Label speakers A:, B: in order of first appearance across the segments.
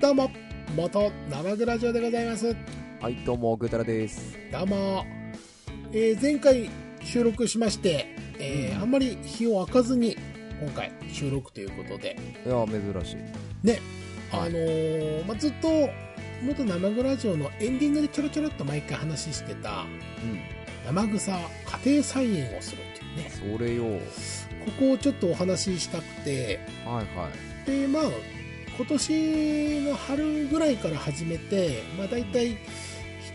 A: どうも元生グラジオでございます
B: はい、どうも、ぐーたらです。
A: どうも、えー前回収録しまして、えー
B: うん
A: あんまり日を明かずに今回収録ということで
B: いや、珍しい。
A: ね、
B: はい
A: あのーまあ、ずっと元生グラジオのエンディングでちょろちょろっと毎回話してた
B: うん。
A: 生草家庭菜園をするっていうね
B: それよ。
A: ここをちょっとお話ししたくて
B: はいは
A: でまあ今年の春ぐらいから始めて、まあ、大体ひ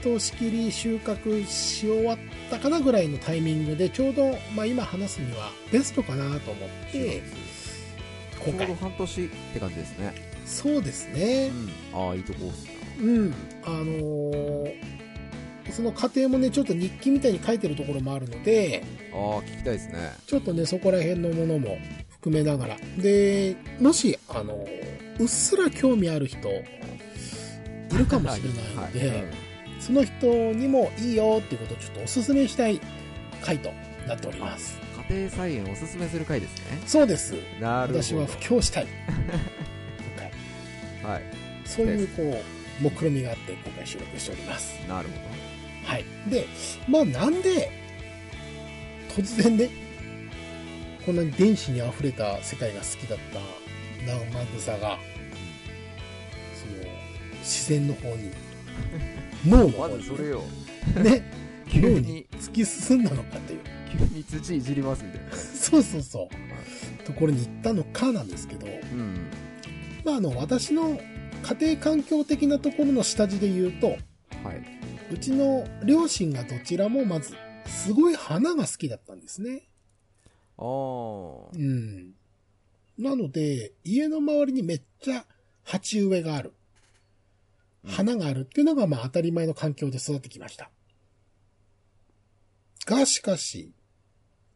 A: としきり収穫し終わったかなぐらいのタイミングでちょうど、まあ、今話すにはベストかなと思っ
B: い。
A: て
B: ちょ
A: 今
B: うど
A: 回
B: 半年って感じですね。
A: そうですね
B: うん。ああ、いいとこっすな。
A: うんあのーその過程もねちょっと日記みたいに書いてるところもあるので
B: ああ、聞きたいですね。
A: ちょっとねそこら辺のものも含めながらでもしあのーうっすら興味ある人いるかもしれないので、
B: はい
A: その人にもいいよっていうことをちょっとおすすめしたい回となっております。
B: 家庭菜園おすすめする回ですね。
A: そうです。
B: なるほど。
A: 私は布教 したい。今回
B: はい。
A: そういうこう、目論みがあって今回収録しております。
B: なるほ
A: はい。で、まあなんで、突然ね、こんなに電子に溢れた世界が好きだったナウマグサが、その、自然の方 に、脳の
B: ど。ま
A: 方
B: ずそれ
A: に、
B: よ。
A: ね、
B: 急
A: 脳に
B: に、
A: 突き進んだのかという。
B: 急に土いじりますみたいな。
A: そうそうそう。ところに行ったのかなんですけど、
B: うん。
A: まあ、あの、私の家庭環境的なところの下地で言うと、
B: はい。
A: うちの両親がどちらもまず、すごい花が好きだったんですね。
B: ああ。
A: うん。なので、家の周りにめっちゃ鉢植えがある。花があるっていうのが、まあ、当たり前の環境で育ってきました。が、しかし、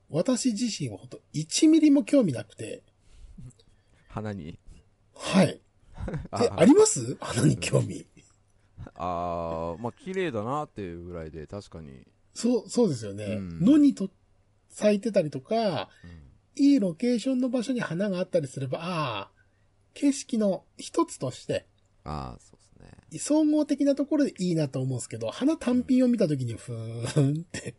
A: 私自身はほんと1ミリも興味なくて、
B: 花に。
A: はい。え、あ
B: あ
A: ります花に興味。
B: あー、まあ、綺麗だなっていうぐらいで、確かに。
A: そう、そうですよね。
B: うん
A: 野にと咲いてたりとか、
B: うん
A: いいロケーションの場所に花があったりすれば、ああ、景色の一つとして、
B: ああ、そうですね。
A: 総合的なところでいいなと思うんですけど、花単品を見た時にふーんって、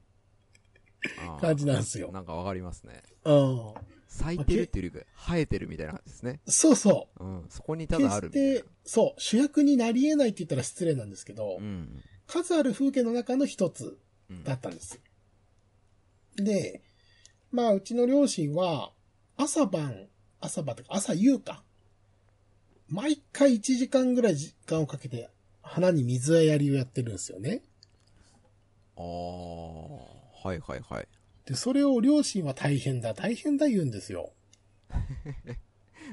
B: あー
A: 感じなんですよ
B: なんかわかりますね。
A: うん。
B: 咲いてるっていうよりか、生えてるみたいな感じですね。
A: そうそ
B: うん。そこに
A: う。
B: た
A: 決
B: だある
A: し
B: みたい
A: て、そう、主役になり得ないって言ったら失礼なんですけど、
B: な。うん。
A: 数ある風景の中の一つ
B: うん
A: だったんです。で、まあ、うちの両親は、朝晩、朝晩とか、朝夕か。毎回1時間ぐらい時間をかけて、花に水やりをやってるんですよね。
B: ああ、はいはいはい。
A: で、それを両親は大変だ、大変だ言うんですよ。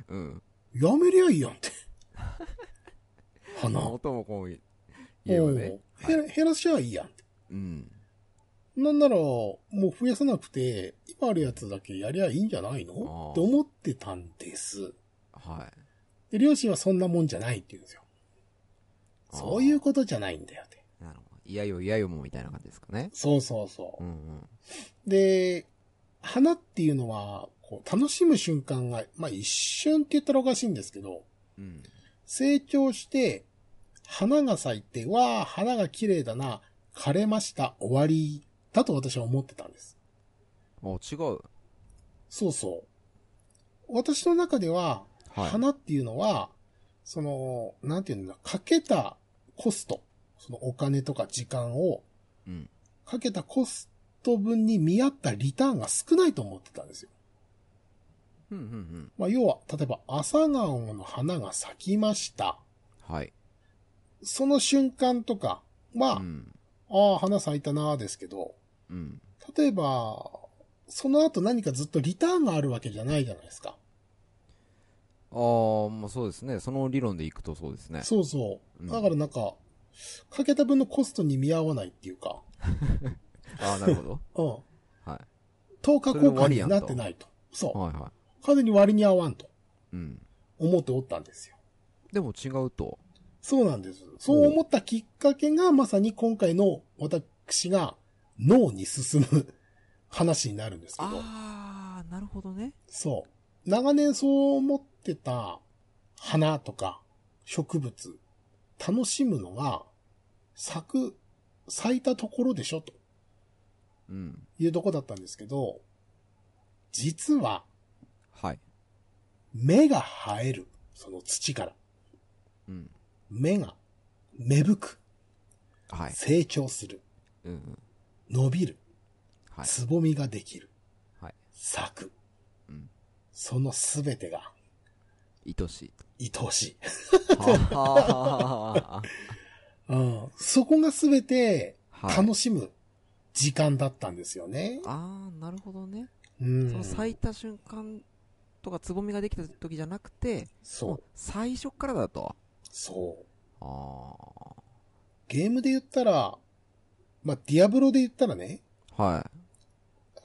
B: うん。
A: やめりゃいいやん って。花。
B: 元もこう、言えばね。
A: おうへら減らしゃいいやんって。
B: うん。
A: なんなら、もう増やさなくて、今あるやつだけやりゃいいんじゃないの
B: あー
A: って思ってたんです。
B: はい。
A: で、両親はそんなもんじゃないって言うんですよ。
B: あー
A: そういうことじゃないんだよって。
B: なるほど。いやよいやよもみたいな感じですかね。
A: そうそうそう
B: う。んうん。
A: で、花っていうのは、こう、楽しむ瞬間が、まあ一瞬って言ったらおかしいんですけど、
B: うん。
A: 成長して、花が咲いて、わあ、花が綺麗だな、枯れました、終わり、だと私は思ってたんです。
B: あ、違う。
A: そうそう。私の中では、
B: はい
A: 花っていうのは、その、なんていうんだ、かけたコスト、そのお金とか時間を、
B: うん。
A: かけたコスト分に見合ったリターンが少ないと思ってたんですよ。
B: うんうんうん。
A: まあ、要は、例えば、朝顔の花が咲きました。
B: はい。
A: その瞬間とかは、
B: うん。
A: ああ、花咲いたなーですけど、
B: うん。
A: 例えば、その後何かずっとリターンがあるわけじゃないじゃないですか。
B: ああ、まあそうですね。その理論でいくとそうですね。
A: そうそうう。
B: ん
A: だからなんか、かけた分のコストに見合わないっていうか、
B: ああ、なるほど。
A: うん。
B: は
A: 投下交換にはなってないと。
B: い。
A: そ
B: はいは
A: う。完全に割に合わんと
B: い。うん。
A: 思っておったんですよ。
B: でも違うと。
A: そうなんです。そう思ったきっかけがまさに今回の私が脳に進む話になるんですけど、
B: ああ、なるほどね。
A: そう。長年そう思ってた花とか植物、楽しむのが、咲く、咲いたところでしょ、と
B: うん。
A: いうとこだったんですけど、実は、
B: はい。
A: 芽が生える。その土から。
B: うん。
A: 芽が、芽吹く。
B: はい。
A: 成長する。
B: うんうん。
A: 伸びる。
B: はい。
A: つぼみができる。
B: はい
A: 咲く。
B: うん
A: そのすべてが、
B: 愛しい
A: 愛おしい。
B: と。は
A: うん、そこがすべて、
B: あ。はい。
A: 楽しむ時間だったんですよね。
B: あー、なるほどね。
A: うん。
B: その咲いた瞬間とか、つぼみができた時じゃなくて、
A: そ
B: もう
A: う。
B: 最初からだと。
A: そう。
B: あ
A: ゲームで言ったら、まあ、ディアブロで言ったらね、
B: ー。は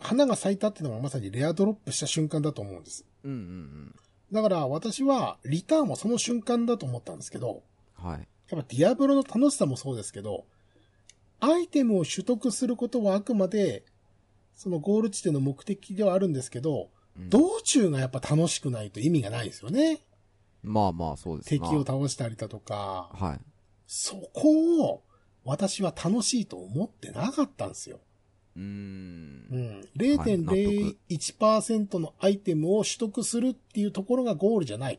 A: 花が咲いたっていうのがまさにレアドロップした瞬間だと思うんです。
B: い。うんうん
A: だから私はリターンもその瞬間だと思ったんですけど、
B: うん。はい。
A: やっぱディアブロの楽しさもそうですけど、アイテムを取得することはあくまで、そのゴール地点の目的ではあるんですけど、
B: うん
A: 道中がやっぱ楽しくないと意味がないですよね。
B: まあまあ、そうです
A: 敵
B: な
A: を倒したりだとか、
B: はい。
A: そこを私は楽しいと思ってなかったんですよ。
B: うー。
A: うんん。
B: はい納
A: 0.01%のアイテムを取得するっていうところがゴールじゃない。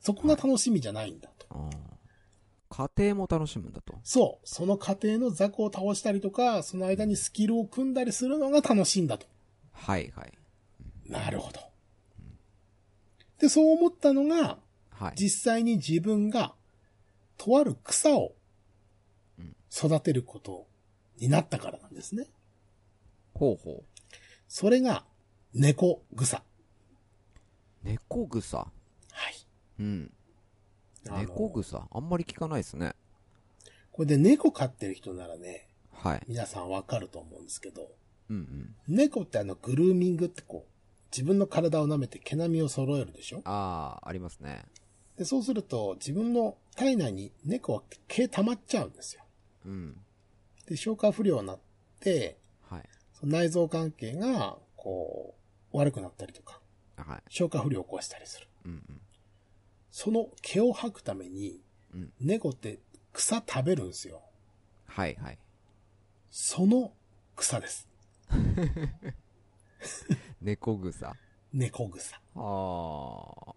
A: そこが楽しみじゃないんだと。
B: あー家庭も楽しむんだと。
A: そう。その過程の雑魚を倒したりとか、その間にスキルを組んだりするのが楽しいんだと。
B: はいはい。
A: なるほど。で、そう思ったのが、
B: はい。
A: 実際に自分が、とある草を
B: うん、
A: 育てることになったからなんですね。
B: ほうほう。
A: それが、猫草。
B: 猫草。
A: はい。
B: うん。
A: あの
B: 猫草。あんまり聞かないですね。
A: これで猫飼ってる人ならね、
B: はい。
A: 皆さんわかると思うんですけど、
B: うんうん。
A: 猫ってあのグルーミングってこう、自分の体を舐めて毛並みを揃えるでしょ
B: ああ、ありますね。
A: で、そうすると自分の体内に猫は毛溜まっちゃうんですよ。
B: うん。
A: で、消化不良になって、
B: はい。
A: その内臓関係が、こう、悪くなったりとか、
B: はい。
A: 消化不良を起こしたりする。
B: うんうん。
A: その毛を吐くために
B: うん、
A: 猫って草食べるんですよ。
B: はいはい。
A: その草です。
B: 猫草。あ
A: 猫草。
B: あ。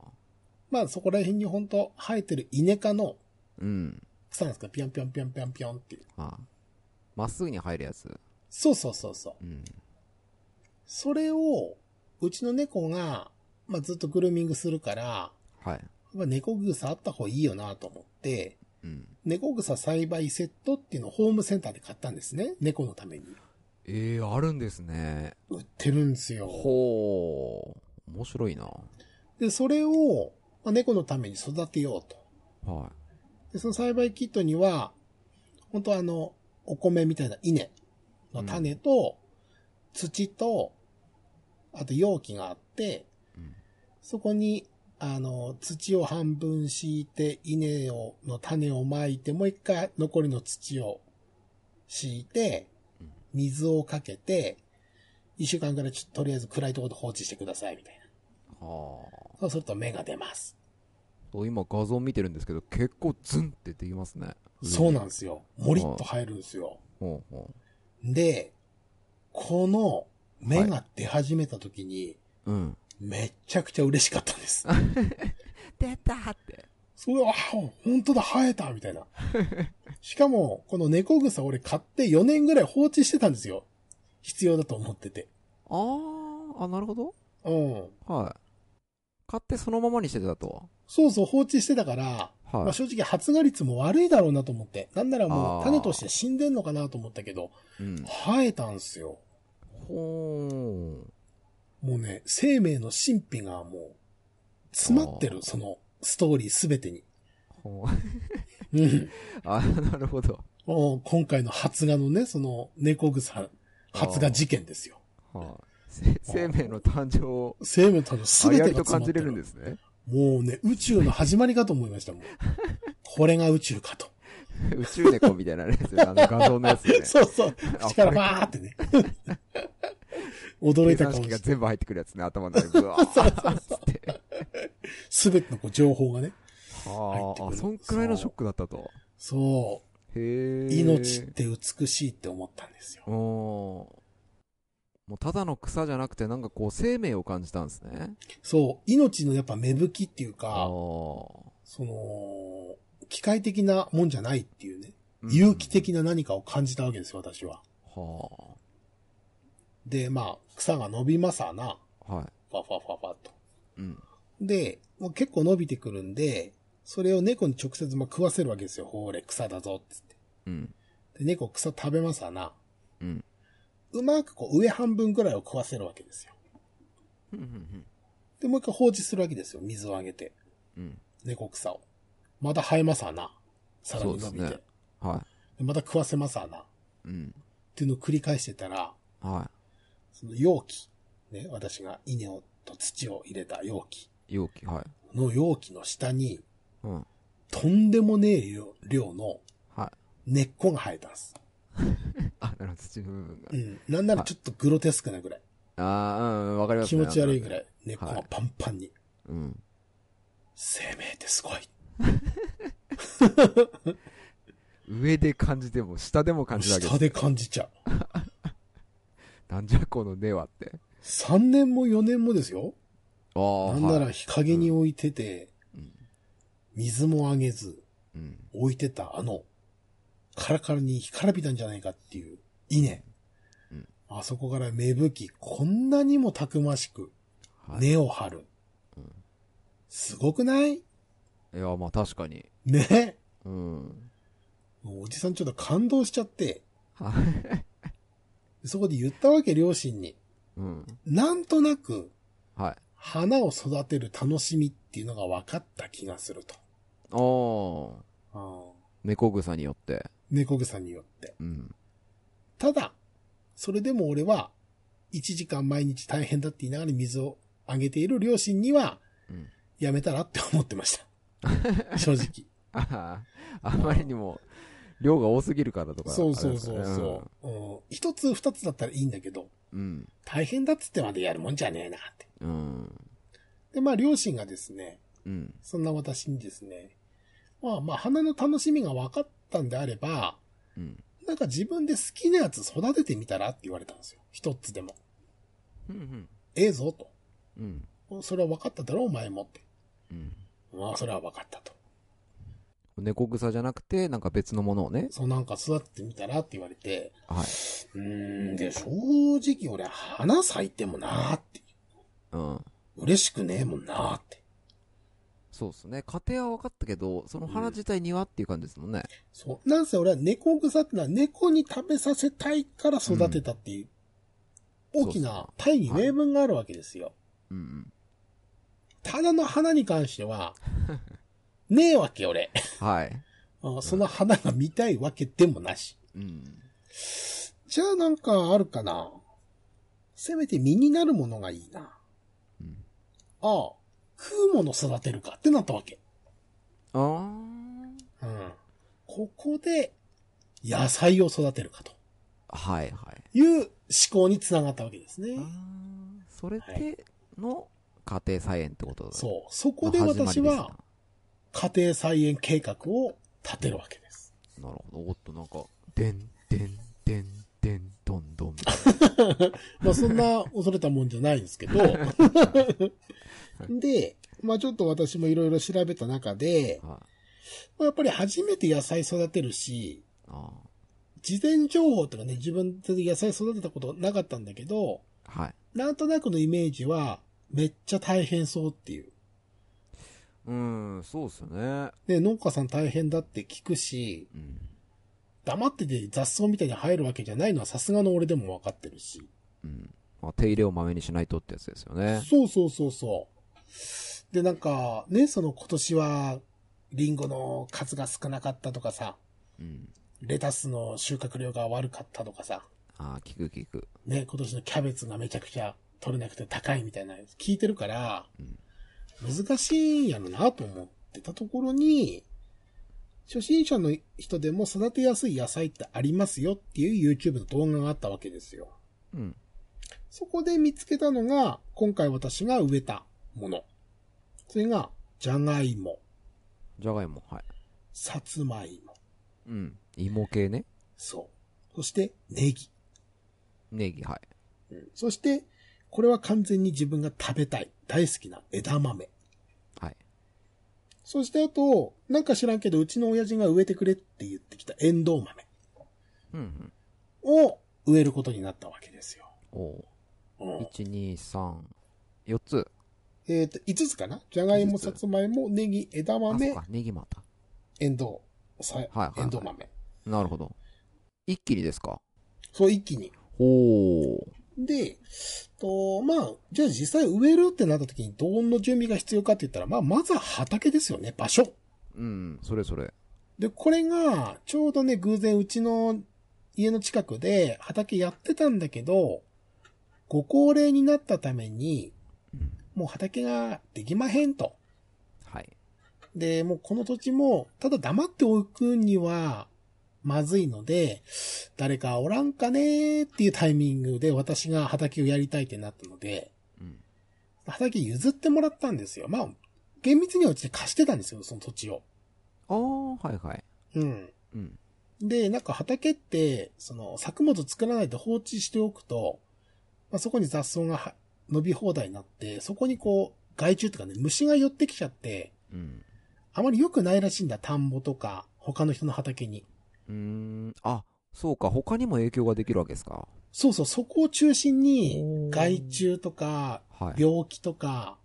A: まあそこら辺に本当生えてるイネ科の
B: うん。
A: 草なんですかピョンピョンピョンピョンピョンっていう。
B: あーまっすぐに入るやつ。
A: そうそうそうそう。
B: うん。
A: それを、うちの猫が、まあ、ずっとグルーミングするから、や
B: はい。
A: っぱ猫草あった方がいいよなと思って、
B: うん。
A: 猫草栽培セットっていうのをホームセンターで買ったんですね。猫のために。
B: ええー、あるんですね。
A: 売ってるんですよ。
B: ほう。面白いな。
A: で、それを、まあ、猫のために育てようと。
B: は
A: で、その栽培キットには、本当あの、お米みたいな稲の種と、土と、あと容器があって、
B: うん
A: そこに、あの、土を半分敷いて、稲を、の種をまいて、もう一回残りの土を敷いて
B: うん、
A: 水をかけて、一週間ぐらいちょっととりあえず暗いところで放置してください、みたいな。
B: い。はあ。
A: そうすると芽が出ます。
B: そう今画像見てるんですけど、結構ズンってできますね。
A: そうなん
B: ん
A: ですよ。もりっと生えるんですよ。
B: ほうほ
A: で、この芽が出始めた時に、
B: う。うん。
A: めっちゃくちゃ嬉しかったんです。
B: 出たって。
A: それ、あ、本当だ、生えたみたい な。しかも、この猫草俺買って4年ぐらい放置してたんですよ。必要だと思ってて。
B: あー、あ、なるほど。
A: うん。
B: はい。買ってそのままにしてたと。
A: そうそう、放置してたから、
B: はい。
A: まあ正直発芽率も悪いだろうなと思って。なんならも
B: あ
A: う
B: ー
A: 種として死んでんのかなと思ったけど、
B: うん。
A: 生えたんすよ。
B: ほ
A: もうね、生命の神秘がもう、詰まって
B: あ
A: る、
B: ー
A: そのストーリーすべてに。
B: ー。ほー
A: うん。
B: あ、なるほど。
A: お今回の発芽のね、その猫草発芽事件ですよ。
B: はい。せ生命の誕生を、
A: 生命との全て
B: あり
A: が
B: ありと
A: 詰
B: 感
A: まって
B: じれ
A: る
B: るんですね。
A: もうね、宇宙の始まりかと思いま したもん。これが宇宙かと。
B: 宇宙猫みたいなやつ ねあの画像のやつね。
A: そうそう。
B: あ
A: 口からバーって ね。驚
B: 計
A: いた
B: 算
A: 顔
B: 式が
A: して、
B: 全 部入ってくるやつね、頭の中に。ブワーって。
A: すべてのこう情報がね。入ってく
B: は
A: る
B: あ、そんくらいのショックだったと。
A: そ
B: へ
A: う。
B: え。
A: 命って美しいって思ったんですよ。
B: おおー。もうただの草じゃなくて、なんかこう生命を感じたんですね。
A: そう。命のやっぱ芽吹きっていう
B: あ
A: か、
B: ー
A: その、機械的なもんじゃないっていうね、
B: うん
A: 有機的な何かを感じたわけですよ、私は。
B: は
A: で、まあ、草が伸びますわな。
B: あ。はい。
A: ファファファファと。
B: うん。
A: で、もう結構伸びてくるんで、それを猫に直接まあ食わせるわけですよ。ほれ、草だぞ、つって。
B: うん。
A: で、猫草食べますわな。
B: うん。
A: うまくこう上半分ぐらいを食わせるわけですよ。
B: うんうん
A: で、もう一回放置するわけですよ。水をあげて。
B: うん。うん。
A: 猫草を。また生えますわな。さらに伸び
B: そう
A: て。
B: で
A: です
B: は
A: また食わせますわな。っ
B: い。うん。
A: ていうのを繰り返してたら、
B: は
A: その容器。ね、私が稲をと土を入れた容器。
B: い。容器、はい。
A: の容器の下に、
B: うん。
A: とんでもねえ量量の
B: はい。
A: 根っこが生えたんです。
B: あ、なるほど、土の部分が
A: う。ん。なんならちょっとグロテスクなぐらい。
B: ああ、うん、わかります、
A: 気
B: ね。
A: 持ち悪いぐら
B: い。
A: い。根っこがパンパンに。
B: うん。
A: 生命ってすごい。
B: 上で感じても、下でも感じるわけ
A: 下で感じちゃう。
B: なんじゃこの根はって。
A: 3年も4年もですよ。
B: ああ。
A: なんな
B: は
A: ら
B: い
A: 日陰に置いてて、
B: うん
A: 水もあげず、
B: うん。
A: 置いてたあの、カラカラに干からびたんじゃないかっていう稲。
B: うん
A: あそこから芽吹き、こんなにもたくましく
B: はい。
A: 根を張る。
B: うん
A: すごくない
B: いや、まあ確かに。
A: ね
B: うん。
A: もうおじさんちょっと感動しちゃって、
B: はい。
A: そこで言ったわけ両親に。
B: うん。
A: なんとなく、
B: はい。
A: 花を育てる楽しみっていうのが分かった気がすると。
B: おー。猫草によって。
A: 猫草によって。
B: うん。
A: ただ、それでも俺は、1時間毎日大変だって言いながら水をあげている両親には
B: うん、
A: やめたらって思ってました。 正直。
B: あはあまりにも、量が多すぎるからとか。
A: そうそうそ
B: あれ
A: う
B: ですかね
A: そう。うん一つ二つだったらいいんだけど、
B: うん。
A: 大変だっつってまでやるもんじゃねえなって。
B: うん。
A: で、まあ両親がですね、
B: うん。
A: そんな私にですね、まあまあ花の楽しみが分かったんであれば、
B: うん。
A: なんか自分で好きなやつ育ててみたらって言われたんですよ。一つでも。
B: うん。
A: ええぞと。
B: うん。
A: それは分かっただろ、お前もって。
B: うん。
A: まあ、それは分かったと。
B: 猫草じゃなくて、なんか別のものをね。
A: そう、なんか育ててみたらって言われて、
B: はい。
A: うーん、で、正直俺、花咲いてもなーって。
B: うん。
A: 嬉しくねえもんなーって。
B: そうっすね。家庭は分かったけど、その花自体にはっていう感じですもんね。
A: そう。なんせ俺は猫草ってのは猫に食べさせたいから育てたっていう、
B: うん
A: 大き
B: そう
A: な
B: そ
A: 大義名分があるわけですよ。
B: うん。
A: ただの花に関しては、 ねえわけ 俺。
B: はい。
A: あその花が見たいわけでもなし。
B: うん。
A: じゃあなんかあるかなせめて身になるものがいいな。
B: うん
A: ああ、食うもの育てるかってなったわけ。
B: あ
A: うん。ここで、野菜を育てるかと
B: あ。はいはい。
A: いう思考につながったわけですね
B: あ。ーそれ
A: は
B: での家庭菜園ってことだう。
A: そう。そこで私は、家庭菜園計画を立てるわけです。
B: なるほど。おっと、なんか、でん、でん、でん、でん、どんどん。
A: まあそんな恐れたもんじゃないんですけ ど。で、まあちょっと私もいろいろ調べた中で、
B: はい。
A: まあやっぱり初めて野菜育てるし、
B: あ
A: 事前情報とかね、自分で野菜育てたことなかったんだけど、
B: あ。はい。
A: なんとなくのイメージは、めっちゃ大変そうっていう。
B: うん、そうっすよね。
A: で、農家さん大変だって聞くし、
B: うん。
A: 黙ってて雑草みたいに生えるわけじゃないのはさすがの俺でも分かってるし。
B: うん。まあ、手入れをまめにしないとってやつですよね。
A: そうそうそうそう。で、なんか、ね、その今年は、リンゴの数が少なかったとかさ、
B: うん。
A: レタスの収穫量が悪かったとかさ、
B: ああ、聞く聞く。
A: ね、今年のキャベツがめちゃくちゃ取れなくて高いみたいな、聞いてるから、難しいんやろなと思ってたところに、初心者の人でも育てやすい野菜ってありますよっていう YouTube の動画があったわけですよ。
B: うん。
A: そこで見つけたのが、今回私が植えたもの。それが、じゃがいも、
B: じゃがいも、はい。
A: さつまいも、
B: うん。芋系ね。
A: そう。そして、ネギ。
B: ネギ、はい。
A: うんそして、これは完全に自分が食べたい、大好きな枝豆。
B: はい。
A: そしてあと、なんか知らんけど、うちの親父が植えてくれって言ってきたエンドウ豆
B: うん、うん。
A: を植えることになったわけですよ。
B: お
A: うん
B: 1、2、3、4つ。
A: えっ、と、5つかなじゃがいも、
B: 五つ
A: さつまいも、ネギ、枝
B: あ、そ
A: 豆
B: っ、か、ネギまた。
A: エンドウ、さ
B: はいはい
A: エンドウ豆。
B: なるほど。一気にですか
A: そう、一気に。
B: おー。
A: で、と、まあ、じゃあ実際植えるってなった時にどんな準備が必要かって言ったら、まあ、まずは畑ですよね、場所。
B: うん、それそれ。
A: で、これが、ちょうどね、偶然うちの家の近くで畑やってたんだけど、ご高齢になったために、もう畑ができまへんと。
B: はい。
A: で、もうこの土地も、ただ黙っておくには、まずいので、誰かおらんかねーっていうタイミングで私が畑をやりたいってなったので、
B: うん。
A: 畑譲ってもらったんですよ。まあ、厳密にはうちで貸してたんですよ、その土地を。
B: あー、はいはい。
A: うん。
B: うん。
A: で、なんか畑って、その作物作らないで放置しておくと、まあ、そこに雑草がは伸び放題になって、そこにこう、害虫とかね、虫が寄ってきちゃって、
B: うん。
A: あまり良くないらしいんだ、田んぼとか、他の人の畑に。
B: うーん、あ、そうか、他にも影響ができるわけですか。
A: そうそう、そこを中心
B: お
A: に
B: ー、
A: 害虫とか、
B: はい。
A: 病気とか、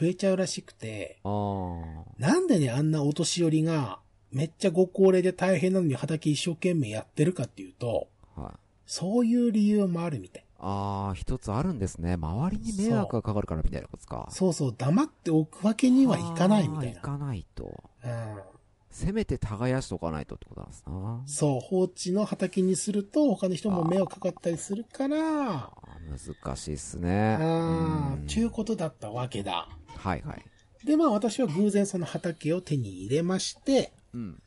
A: 増えちゃうらしくて、
B: あー。
A: なんでね、あんなお年寄りが、めっちゃご高齢で大変なのに畑一生懸命やってるかっていうと、
B: はい。
A: そういう理由もあるみたい。
B: あー、一つあるんですね。周りに迷惑がかかるからみたいなことか。
A: そうそう、黙っておくわけにはいかないみたい
B: あー行かないと。
A: な。うん。
B: せめて耕しておかないとってことなんですな。
A: そう、放置の畑にすると、他の人も迷惑かかったりするから、
B: あー難しいっすね。
A: あ
B: うん
A: あ、ちゅうことだったわけだ。
B: はいはい。
A: で、まあ私は偶然その畑を手に入れまして、
B: うん。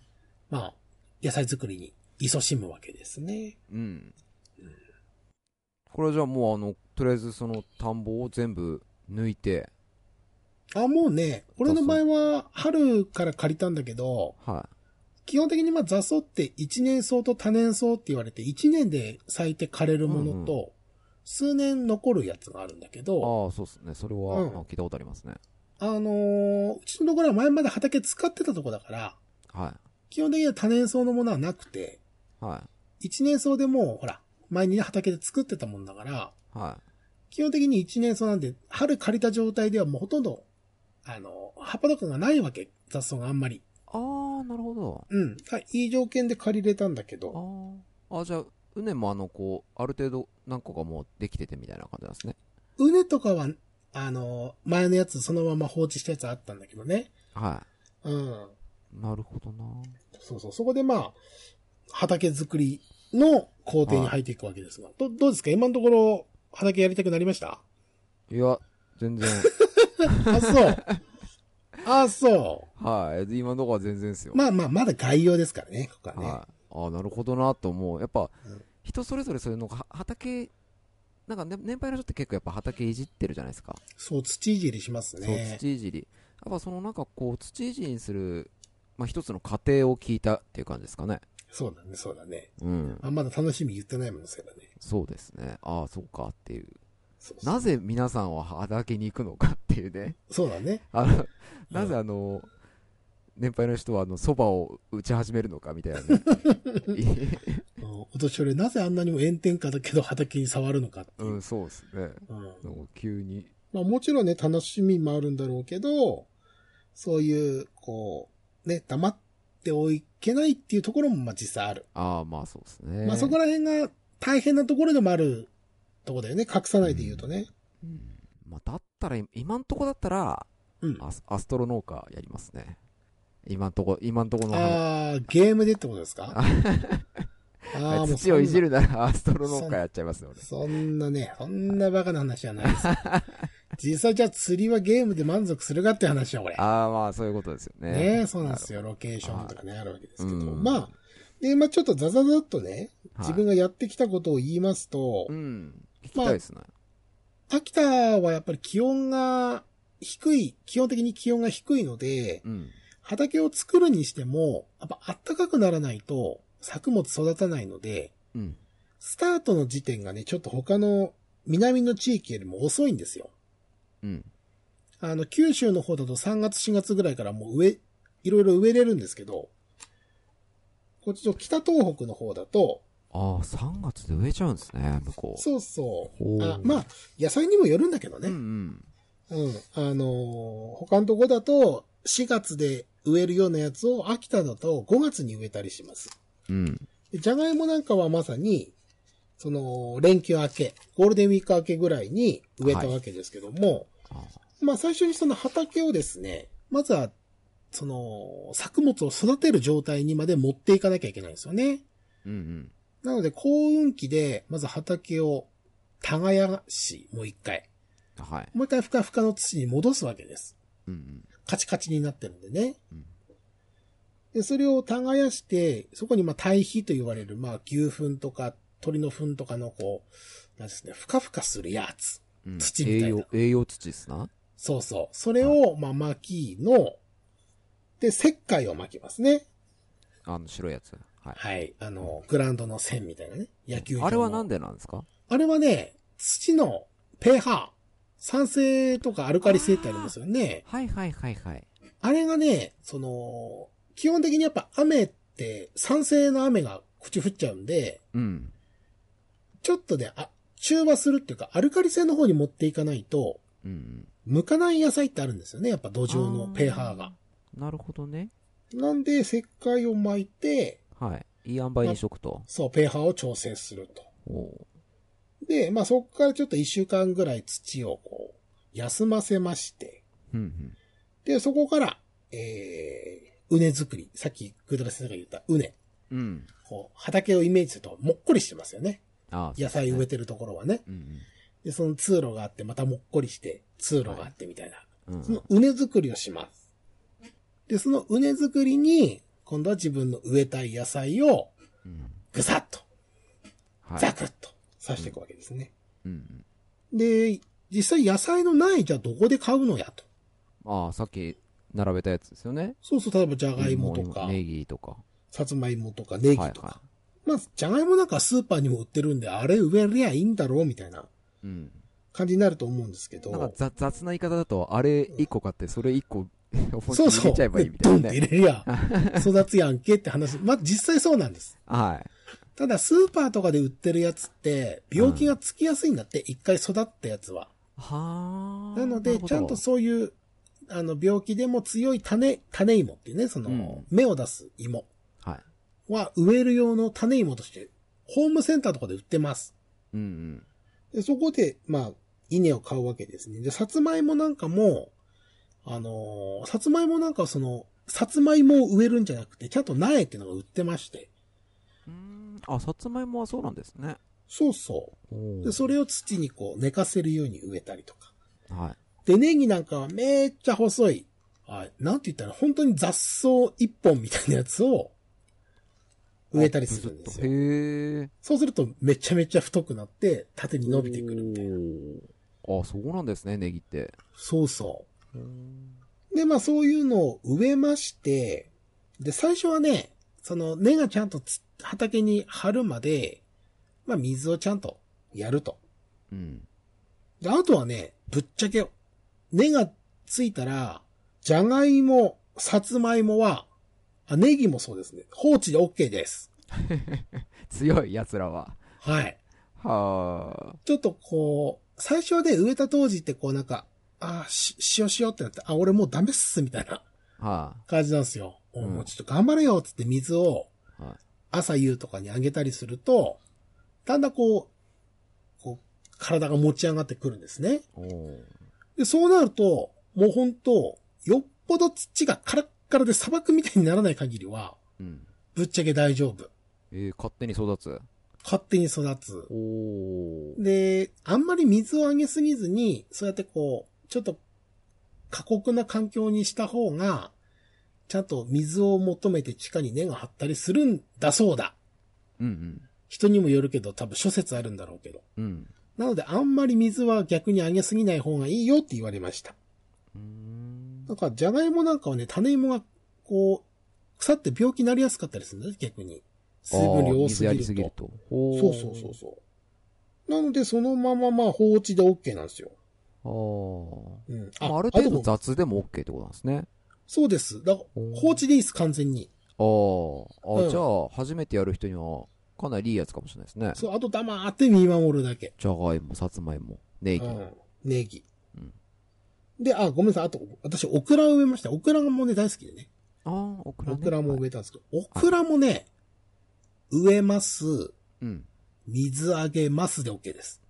A: まあ、野菜作りに勤しむわけですね。
B: うん。これじゃあもうあの、とりあえずその田んぼを全部抜いて、
A: あ、もうね、俺の場合は春から借りたんだけど、
B: は
A: 基本的にまあ雑草って1年草と多年草って言われて、1年で咲いて枯れるものと、
B: う
A: 数年残るやつがあるんだけ
B: い。
A: ど、
B: ああ、そうっすね。それは、
A: うん
B: あ聞いたことありますね。
A: あのーうちのところは前まで畑使ってたとこだから、
B: は
A: 基本的には多年草のものはなくて、
B: い。は
A: 1年草でもうほら、前にね畑で作ってたもんだから、
B: い。は
A: 基本的に一年草なんで、春借りた状態ではもうほとんど、あの、葉っぱとかがないわけ。雑草があんまり。
B: い。ああ、なるほど。
A: うん。あいい条件で借りれたんだけど。
B: あーあ、じゃあ、うねもあの、こう、ある程度何個かもうできててみたいな感じなんですね。
A: うねとかは、あの、前のやつそのまま放置したやつあったんだけどね。
B: は
A: うん。
B: い。なるほどな。
A: そうそう。そこでまあ、畑作りの工程に入っていくわけですが。どどうですか今のところ、畑やりたくなりました
B: いや、全然。
A: あ、そう。あ、そ
B: はい。今のとこは全然 ですよ。
A: う。まあまあ、まだ概要ですからね、ここはね。
B: はい。ああ、なるほどなと思う。やっぱ
A: うん、
B: 人それぞれそういうのが、は畑、なんかね、年配の人って結構やっぱ畑いじってるじゃないですか。
A: そう、土いじりします
B: そう、
A: ね。
B: 土いじり。やっぱそのなんかこう、土いじりにする、まあ一つの過程を聞いたっていう感じですかね。
A: そうだね、そうだね。
B: うん。
A: あまだ楽しみ言ってないもんですからね。
B: そうですね。ああ、そうかっていう。
A: そうそう
B: なぜ皆さんは畑に行くのかっていうね。
A: そうだね。
B: あの、なぜあの、年配の人はあの、蕎麦を打ち始めるのかみたいなね。
A: うんお年寄りなぜあんなにも炎天下だけど畑に触るのかっていうう。
B: ん、そうですね。
A: うん
B: なんか急に。
A: まあもちろんね、楽しみもあるんだろうけど、そういう、こう、ね、黙っておいけないっていうところもまあ実際ある。
B: ああ、まあそうですね。
A: まあそこら辺が大変なところでもあるとこだよね。隠さないで言うとね。
B: うんまあだったら、今んとこだったら、
A: うん。
B: アスアストロ農家やりますね。今んとこ、今んとこの話。
A: ああ、ゲームでってことです かあー
B: 土をいじ
A: る。
B: るならアストロ農家やっちゃいますよ、 俺。
A: そんなね、そんなバカな話はない ですよ。実際じゃあ釣りはゲームで満足するかって話はこれ。
B: ああ、まあそういうことですよね。
A: ねえ、そうなんですよ。ロケーションとかね、あるわけですけど。
B: うん
A: まあ、で、まあちょっとザザザっとね、
B: はい。
A: 自分がやってきたことを言いますと、
B: うん。聞きたいですね。
A: 秋田はやっぱり気温が低い、基本的に気温が低いので、
B: うん。
A: 畑を作るにしても、やっぱ暖かくならないと作物育たないので、
B: うん。
A: スタートの時点がね、ちょっと他の南の地域よりも遅いんですよ。
B: うん。
A: あの、九州の方だと3月4月ぐらいからもう植え、いろいろ植えれるんですけど、こっちの北東北の方だと、
B: ああ、3月で植えちゃうんですね、向こう。
A: そうそう。
B: ほう
A: あまあ、野菜にもよるんだけどね。
B: うんうん。
A: うん。あのー他のとこだと、4月で植えるようなやつを、秋田だと5月に植えたりします。
B: うん。
A: でじゃがいもなんかはまさに、その、連休明け、ゴールデンウィーク明けぐらいに植えたわけですけども、
B: あ
A: まあ最初にその畑をですね、まずは、その、作物を育てる状態にまで持っていかなきゃいけないんですよね。
B: うんうん。
A: なので、幸運期で、まず畑を耕し、もう一回。
B: はい。
A: もう一回ふかふかの土に戻すわけです。
B: うん
A: カチカチになってるんでね。
B: うん
A: で、それを耕して、そこにまあ堆肥と言われる、まあ牛糞とか鳥の糞とかのこう、なんですね、ふかふかするやつ。
B: うん。うん
A: 土みた
B: 栄
A: いな
B: 養、栄養土ですな。
A: そうそう。それを、まあ巻きの、で、石灰を巻きますね。
B: あの、白いやつ。はい。
A: はい。あの、グラウンドの線みたいなね。野球場の
B: あれはなんでなんですか
A: あれはね、土の pH、酸性とかアルカリ性ってありますよね。
B: はいはいはいはい。
A: あれがね、その、基本的にやっぱ雨って酸性の雨が口降っちゃうんで、
B: うん。
A: ちょっとね、あ、中和するっていうか、アルカリ性の方に持っていかないと、
B: うんうん。
A: 向かない野菜ってあるんですよね。やっぱ土壌の
B: あー
A: pH が。
B: なるほどね。
A: なんで、石灰を巻いて、
B: はい。いい塩梅にしとくと。
A: そう、pH を調整すると。
B: おう
A: で、まあそこからちょっと一週間ぐらい土をこう、休ませまして、
B: うん
A: で、そこから、えー、うね作り。さっき、グードラ先生が言ったうね。
B: うん。うん。
A: こう、畑をイメージすると、もっこりしてますよね。
B: ああ、
A: 野菜植え
B: て。
A: てるところはね。
B: うん
A: で、その通路があって、またもっこりして、通路があってみたいな。
B: うん。うん
A: そのうね作りをします。で、そのうね作りに、今度は自分の植えたい野菜を、
B: うん。
A: ぐさっと、
B: は
A: ザ
B: い。
A: クッと刺していくわけですね。
B: うんうん。
A: で、実際野菜の苗じゃあどこで買うのやと。
B: ああ、さっき並べたやつですよね。
A: そうそう、例えばじゃがいもとか、
B: ネギとか。
A: さつまいもとか、ネギとか。
B: はいは。
A: まあ、じゃがいもなんかスーパーにも売ってるんで、あれ植えりゃいいんだろうみたいない
B: うん。
A: 感じになると思うんですけど。
B: なんか雑雑な言い方だと、あれ1個買って、それ1個、 思い
A: そう
B: っきり入
A: そう。
B: れちゃえばいいみた
A: ドン
B: い
A: って
B: な
A: 入
B: ね。
A: れりゃ、育つやんけって話。まあ、実際そうなんです。
B: はい。
A: ただ、スーパーとかで売ってるやつって、病気がつきやすいんだって、一回育ったやつは。
B: はあ。
A: なの
B: る
A: で、
B: ほど
A: ちゃんとそういう、あの、病気でも強い種、種芋っていうね、その、
B: うん
A: 芽を出す芋
B: はい。
A: は植える用の種芋として、ホームセンターとかで売ってます。
B: うんうん。
A: でそこで、まあ、稲を買うわけですね。で、さつまいもなんかも、あのーさつまいもなんかはその、さつまいもを植えるんじゃなくて、ちゃんと苗っていうのが売ってまして。
B: うーんあ、さつまいもはそうなんですね。
A: そうそう。
B: おー
A: で、それを土にこう寝かせるように植えたりとか。
B: はい。
A: で、ネギなんかはめっちゃ細い。あなんて言ったら、本当に雑草一本みたいなやつを植えたりするんです
B: あ
A: よ。
B: ブスッとへえ。
A: そうするとめちゃめちゃ太くなって、縦に伸びてくるみたいな。
B: あ、そうなんですね、ネギって。
A: そうそう。で、まあそういうのを植えまして、で、最初はね、その根がちゃんとつ畑に張るまで、まあ水をちゃんとやると。
B: うん。
A: で、あとはね、ぶっちゃけ、根がついたら、じゃがいも、さつまいもは、あ、ネギもそうですね。放置で OK です。
B: 強い、奴らは。
A: はい。
B: はあ。
A: ちょっとこう、最初はね、植えた当時ってこうなんか、あー、し、しようしようってなって、あ、俺もうダメっす、みたいな。
B: は
A: 感じなんですよ。
B: ん
A: もうちょっと頑張れよっつって水を
B: はい
A: 朝夕とかにあげたりすると、だんだんこう、こう体が持ち上がってくるんですね。
B: あ。おー
A: で、そうなると、もうほんと、よっぽど土がカラッカラで砂漠みたいにならない限りは、
B: うん。
A: ぶっちゃけ大丈夫。
B: えー、勝手に育つ。
A: 勝手に育つ。
B: おお。
A: で、あんまり水をあげすぎずに、そうやってこう、ちょっと過酷な環境にした方が、ちゃんと水を求めて地下に根が張ったりするんだそうだ。
B: うん
A: 人にもよるけど、多分諸説あるんだろうけど。
B: うん。うん。
A: なので、あんまり水は逆にあげすぎない方がいいよって言われました。
B: うーん
A: だから、じゃがいもなんかはね、種芋がこう、草って病気になりやすかったりするんだね、逆に。水分量多す
B: あー水や
A: ぎ
B: り
A: る
B: す
A: と。
B: ぎると。ほー
A: そうそうそうそう。なので、そのまままあ放置で OK なんですよ。うん。
B: あーまあ。ある程度
A: と
B: 雑でも OK ってことなんですね。
A: そうです。だから放置でいいです、完全に。
B: あーあー、
A: うん
B: じゃあ、初めてやる人には、かなりいいやつかもしれないですね。
A: そう、あと黙って見守るだけ。
B: じゃがいも、さつまいも、ネギ。
A: うん。ネギ。
B: うん
A: で、あ、ごめんなさい。あと、私、オクラを植えました。オクラもね、大好きでね。
B: ああ、オクラ
A: オ
B: ね。
A: クラも植えたんですけど、オクラもね、植えます、
B: うん。
A: 水あげますで OK です。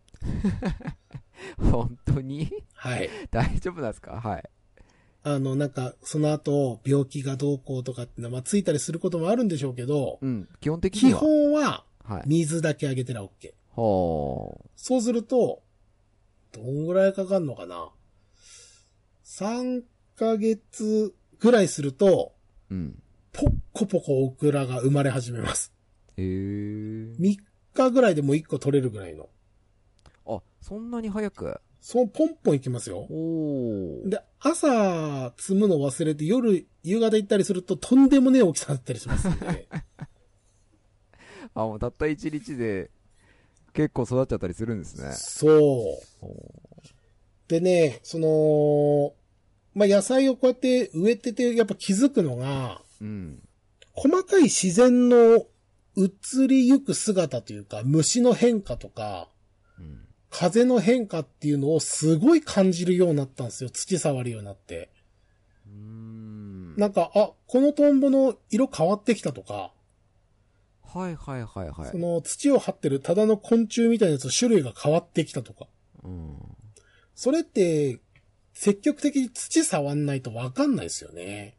B: 本当に
A: はい。
B: 大丈夫なんですかはい。
A: あの、なんか、その後、病気がどうこうとかってのは、まあ、ついたりすることもあるんでしょうけど、
B: うん。基本的
A: 基
B: には。
A: 本は、
B: はい。
A: 水だけあげてら OK。
B: は
A: そうすると、どんぐらいかかんのかな ?3 ヶ月ぐらいすると、
B: あ。うん。
A: ポッコポコオクラが生まれ始めます。
B: へえ。
A: 3日ぐらいでもう1個取れるぐらいの。
B: あ、そんなに早く。
A: そのポンポンいきますよ。
B: おー。
A: で、朝積むの忘れて夜、夕方行ったりするととんでもねえ大きさだったりしますんで。
B: あ、もうたった一日で、結構育っちゃったりするんですね。
A: そう。
B: おー
A: でね、その、まあ、野菜をこうやって植えてて、やっぱ気づくのが、
B: うん。
A: 細かい自然の移りゆく姿というか、虫の変化とか、
B: うん。
A: 風の変化っていうのをすごい感じるようになったんですよ。土触るようになって。
B: うーん。
A: なんか、あ、このトンボの色変わってきたとか、
B: はいはいはいは
A: そ
B: い。
A: の土を張ってるただの昆虫みたいなやつの種類が変わってきたとか。
B: うん。
A: それって、積極的に土触んないとわかんないですよね。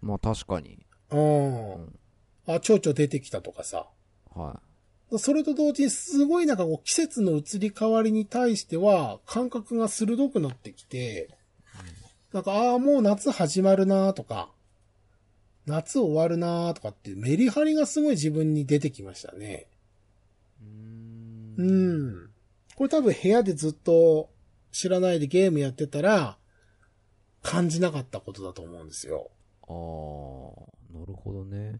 B: まあ確かに。
A: うん。
B: ん
A: あ、蝶々出てきたとかさ。
B: は
A: それと同時にすごいなんかこう季節の移り変わりに対しては感覚が鋭くなってきて、なんかああもう夏始まるなとか、夏終わるなとかってメリハリがすごい自分に出てきましたね。
B: い。うー。
A: うんん。これ多分部屋でずっと知らないでゲームやってたら感じなかったことだと思うんですよ。
B: ああ、なるほどね。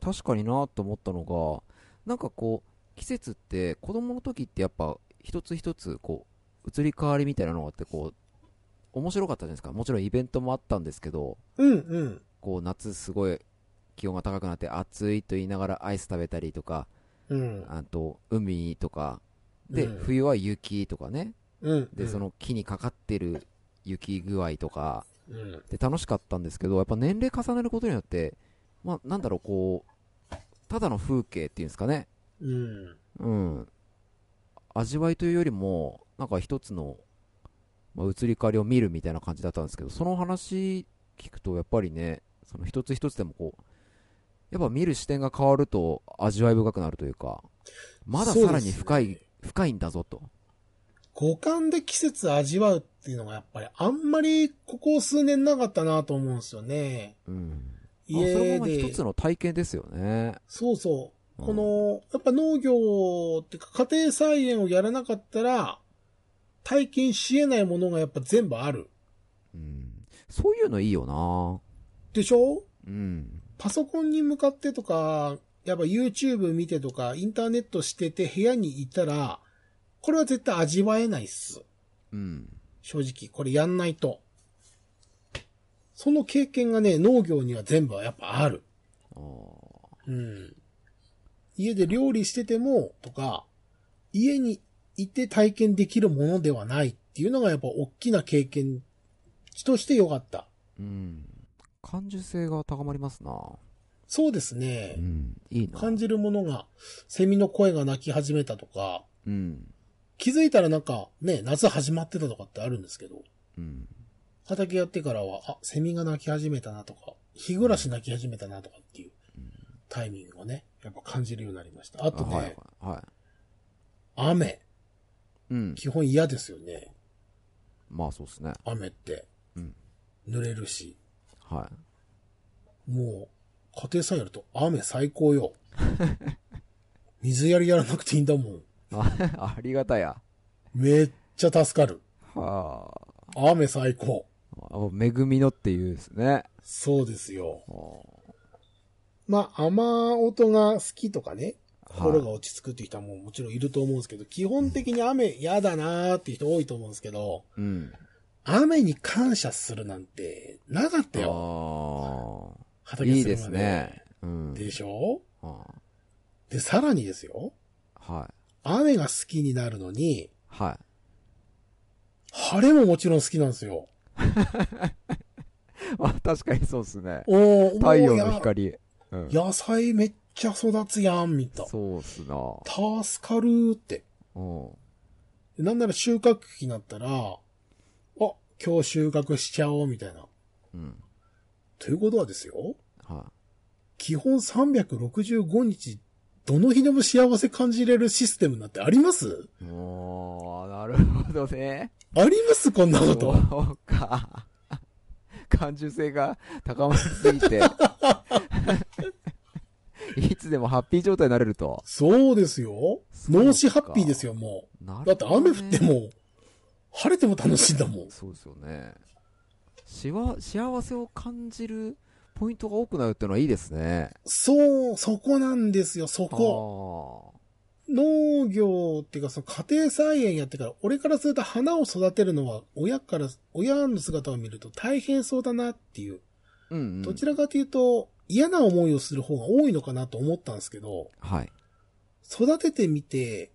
B: 確かになと思ったのが、なんかこう、季節って子供の時ってやっぱ一つ一つこう、移り変わりみたいなのがあってこう、面白かったじゃないですか。もちろんイベントもあったんですけど、
A: うんうん。
B: こう夏すごい気温が高くなって暑いと言いながらアイス食べたりとか、
A: うん。
B: あと海とか、で、
A: うん
B: 冬は雪とかね。
A: うん。
B: で、そ、の木にかかってる雪具合とか、
A: うん。
B: で楽しかったんですけどやっぱ年齢重ねることによって、まあ、なんだろうこうただの風景っていうんですかね
A: うん。
B: うん味わいというよりもなんか一つの、まあ、移り変わりを見るみたいな感じだったんですけどその話聞くとやっぱりねその一つ一つでもこうやっぱ見る視点が変わると味わい深くなるというかまださらに深い、
A: そうです
B: 深いんだぞと
A: 五感で季節味わうっていうのがやっぱりあんまりここ数年なかったなと思うんですよね。
B: うんあそれ
A: 家
B: もまあ一
A: で
B: つ。の体験ですよね
A: そうそう。
B: うん
A: この、やっぱ農業っていうか家庭菜園をやらなかったら、体験し得ないものがやっぱ全部ある。
B: うん、そういうのいいよな
A: でしょ
B: うん。
A: パソコンに向かってとか、やっぱ YouTube 見てとか、インターネットしてて部屋にいたら、これは絶対味わえないっす。
B: うん。
A: 正直、これやんないと。その経験がね、農業には全部やっぱある。
B: あ
A: うん。家で料理してても、とか、家にいて体験できるものではないっていうのがやっぱ大きな経験値として良かった。
B: うん。感受性が高まりますな。
A: そうですね。
B: ん。いいな。
A: 感じるものが、セミの声が鳴き始めたとか、
B: うん。
A: 気づいたらなんかね、夏始まってたとかってあるんですけど、
B: うん。
A: 畑やってからは、あ、セミが鳴き始めたなとか、日暮らし鳴き始めたなとかっていうタイミングをね、やっぱ感じるようになりました。あとね、
B: はい。は
A: 雨、
B: い。うん。
A: 基本嫌ですよね、
B: まあそうですね。
A: 雨って。
B: うん
A: 濡れるし、
B: は
A: もう、家庭菜園やると雨最高 よ。水やりやらなくていいんだもん。
B: い。 あありがたや。
A: めっちゃ助かる。
B: はあ。
A: 雨最高。
B: ああ恵みのっていうですね。
A: そうですよ。
B: あー
A: まあ、雨音が好きとかね、心が
B: はい
A: 落ち着くっていう人はもうもちろんいると思うんですけど、基本的に雨嫌だなーっていう人多いと思うんですけど、
B: うん。
A: 雨に感謝するなんてなかったよ。
B: ああ。
A: 畑
B: いい
A: する
B: で
A: ます
B: ね。うん。
A: でしょ
B: あ
A: で、さらにですよ。
B: ーはい。
A: 雨が好きになるのに、
B: はい。
A: 晴れももちろん好きなんですよ。
B: あ確かにそうですね。
A: おー
B: 太陽
A: おー
B: の
A: や
B: 光。うん、
A: 野菜めっちゃ育つやん、みたいな。
B: そうっすな。
A: 助かるーって。
B: うん。
A: なんなら収穫期になったら、あ、今日収穫しちゃおう、みたいな。
B: うん。
A: ということはですよ。
B: は
A: 基本365日、どの日でも幸せ感じれるシステムなんてあります
B: い。おー、なるほどね。
A: ありますこんなこと。
B: そうか。感受性が高まりすぎて。いつでもハッピー状態になれると。
A: そうですよ。
B: そうか
A: 脳死ハッピーですよ、も
B: な
A: う。だっ
B: る
A: て
B: ほど
A: 雨
B: ね
A: 降って。も、晴れても楽しいんだもん。
B: そうですよね。しわ、幸せを感じるポイントが多くなるっていうのはいいですね。
A: そう、そこなんですよ、そこ。
B: こ
A: 農業っていうか、その家庭菜園やってから、俺からすると花を育てるのは、親から、親の姿を見ると大変そうだなっていう。
B: う。うん、うん。
A: どちらかというと、嫌な思いをする方が多いのかなと思ったんですけど、
B: はい。
A: 育ててみて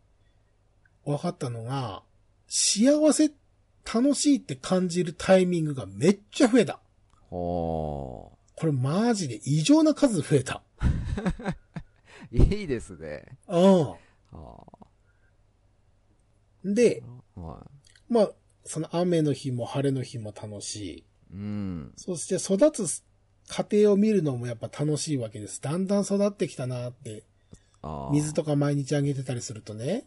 A: 分かったのが、幸せ、楽しいって感じるタイミングがめっちゃ増えた。
B: おー。
A: これマジで異常な数増えた。
B: いいですね。
A: う
B: あ
A: ん。で、
B: あ。は
A: まあ、その雨の日も晴れの日も楽しい。
B: い。うん。
A: そして育つ過程を見るのもやっぱ楽しいわけです。だんだん育ってきたなって。
B: ああ。
A: 水とか毎日あげてたりするとね。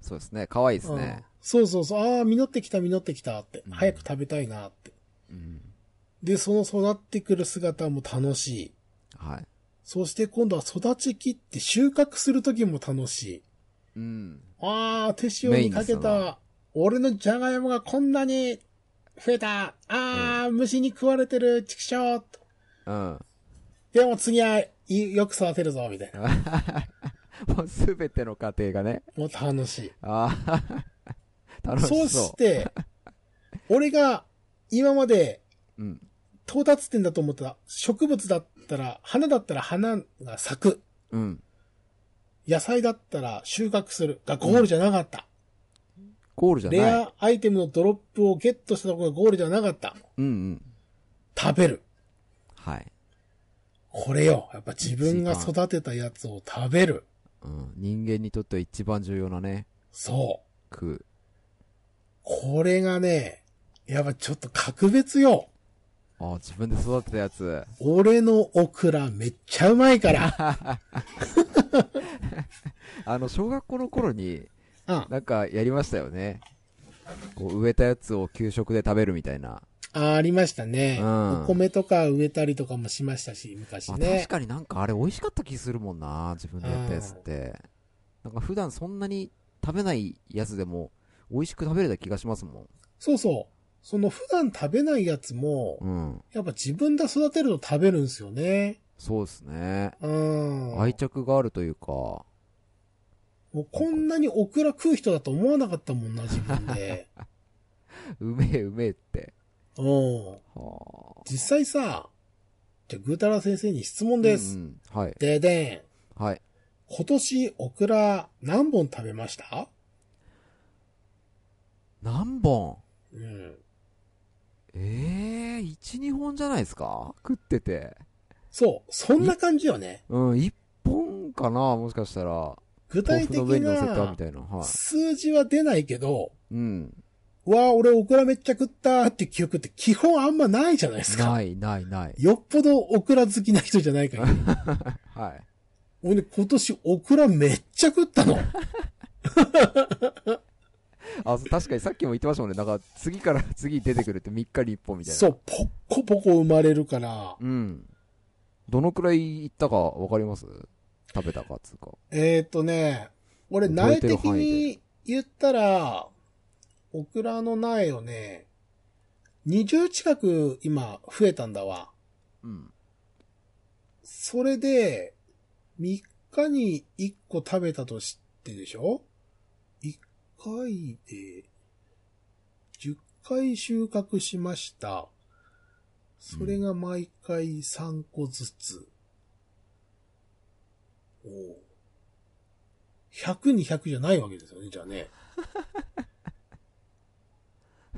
B: そうですね。可愛いです
A: うん
B: ね。
A: そうそうそう。ああ、実ってきた実ってきたって
B: う。ん
A: 早く食べたいなって。
B: うん。
A: で、その育ってくる姿も楽しい。
B: はい。
A: そして今度は育ちきって収穫する時も楽しい。
B: うん。
A: ああ、手塩にかけ
B: メインですな
A: た。俺のジャガイモがこんなに増えた。ああ、虫に食われてる、畜生。
B: うん。
A: でも次はいよく育てるぞ、みたいな。
B: もうすべての家庭がね。
A: もう楽しい。
B: ああ。 楽しそ。
A: そううして、俺が今まで
B: うん。
A: 到達点だと思ってた植物だったら、花だったら花が咲く。
B: うん。
A: 野菜だったら収穫する。がゴールじゃなかった。
B: ゴールじゃ
A: レ
B: ない。
A: アアイテムのドロップをゲットしたところがゴールじゃなかった。
B: うんうん。
A: 食べる。
B: はい。
A: これよ。やっぱ自分が育てたやつを食べる。
B: うん。人間にとっては一番重要なね、
A: そう。
B: 食う。
A: これがね、やっぱちょっと格別よ。
B: ああ、自分で育てたやつ。
A: 俺のオクラめっちゃうまい から。
B: あの、小学校の頃に、
A: うん。
B: なんかやりましたよね。こう、植えたやつを給食で食べるみたいな。
A: あありましたね、
B: うん
A: お米とか植えたりとかもしましたし、昔
B: あ
A: ね
B: 確。かになんかあれ美味しかった気するもんな自分でやったやつって、なんか普段そんなに食べないやつでも美味しく食べれた気がしますもん
A: そうそう。その普段食べないやつも、
B: うん
A: やっぱ自分で育てると食べるんですよね。
B: そうですね、
A: うん。
B: 愛着があるというか
A: もうこんなにオクラ食う人だと思わなかったもんな、自分 で。
B: うめえうめえって
A: うん。
B: はあ
A: 実際さ、じゃあ、ぐーたら先生に質問です。
B: うんうんはい
A: ででん、
B: はい
A: 今年オクラ何本食べました
B: 何本
A: うん。
B: ええー、12本じゃないですか食ってて
A: そう、そんな感じよね。
B: うん1本かなもしかしたら
A: 具体
B: 豆腐
A: 的
B: の上に乗せたみ
A: な
B: たいなはい
A: 数字は出ないけど、
B: うん
A: うわあ、俺オクラめっちゃ食ったーって記憶って基本あんまないじゃないですか。
B: ないないない
A: よっぽどオクラ好きな人じゃない から。
B: はい
A: 俺ね、今年オクラめっちゃ食ったの。
B: あそう確かにさっきも言ってましたもんね、なんか次から 次出てくるって3日に1本みたいな。
A: そう、ポッコポコ生まれるから、
B: うん。どのくらいいったかわかります食べたかっつうか。
A: えー、っとね、俺
B: 覚
A: 苗
B: えてる
A: 的
B: 範囲で
A: に言ったら、オクラの苗をね、 20近く今増えたんだわ。
B: うん。
A: それで、3日に1個食べたとしてでしょ ?1 回で、10回収穫しました。それが毎回3個ずつ。おお100に100じゃないわけですよね、じゃあね。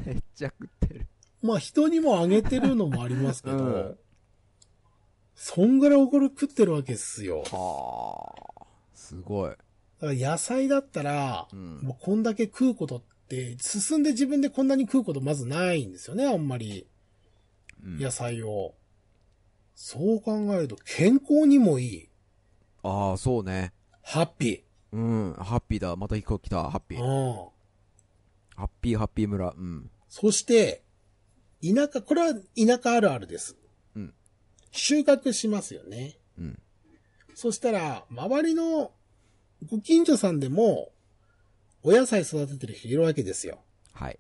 B: めっちゃ食ってる。
A: まあ人にもあげてるのもありますけど、
B: うん
A: そんぐらいおこる食ってるわけですよ。
B: はあ。すごい。
A: だから野菜だったら
B: う、ん。
A: もうこんだけ食うことって、進んで自分でこんなに食うことまずないんですよね、あんまり。
B: うん
A: 野菜を。そう考えると、健康にもいい。
B: ああ、そうね。
A: ハッピ
B: うん。ハッピーだ。また飛行機来た。ハッピ
A: ー。
B: ー。
A: うん。
B: ハッピーハッピー村。うん。
A: そして、田舎、これは田舎あるあるです。
B: うん
A: 収穫しますよね。
B: うん。
A: そしたら、周りのご近所さんでも、お野菜育ててる人いるわけですよ。
B: はい。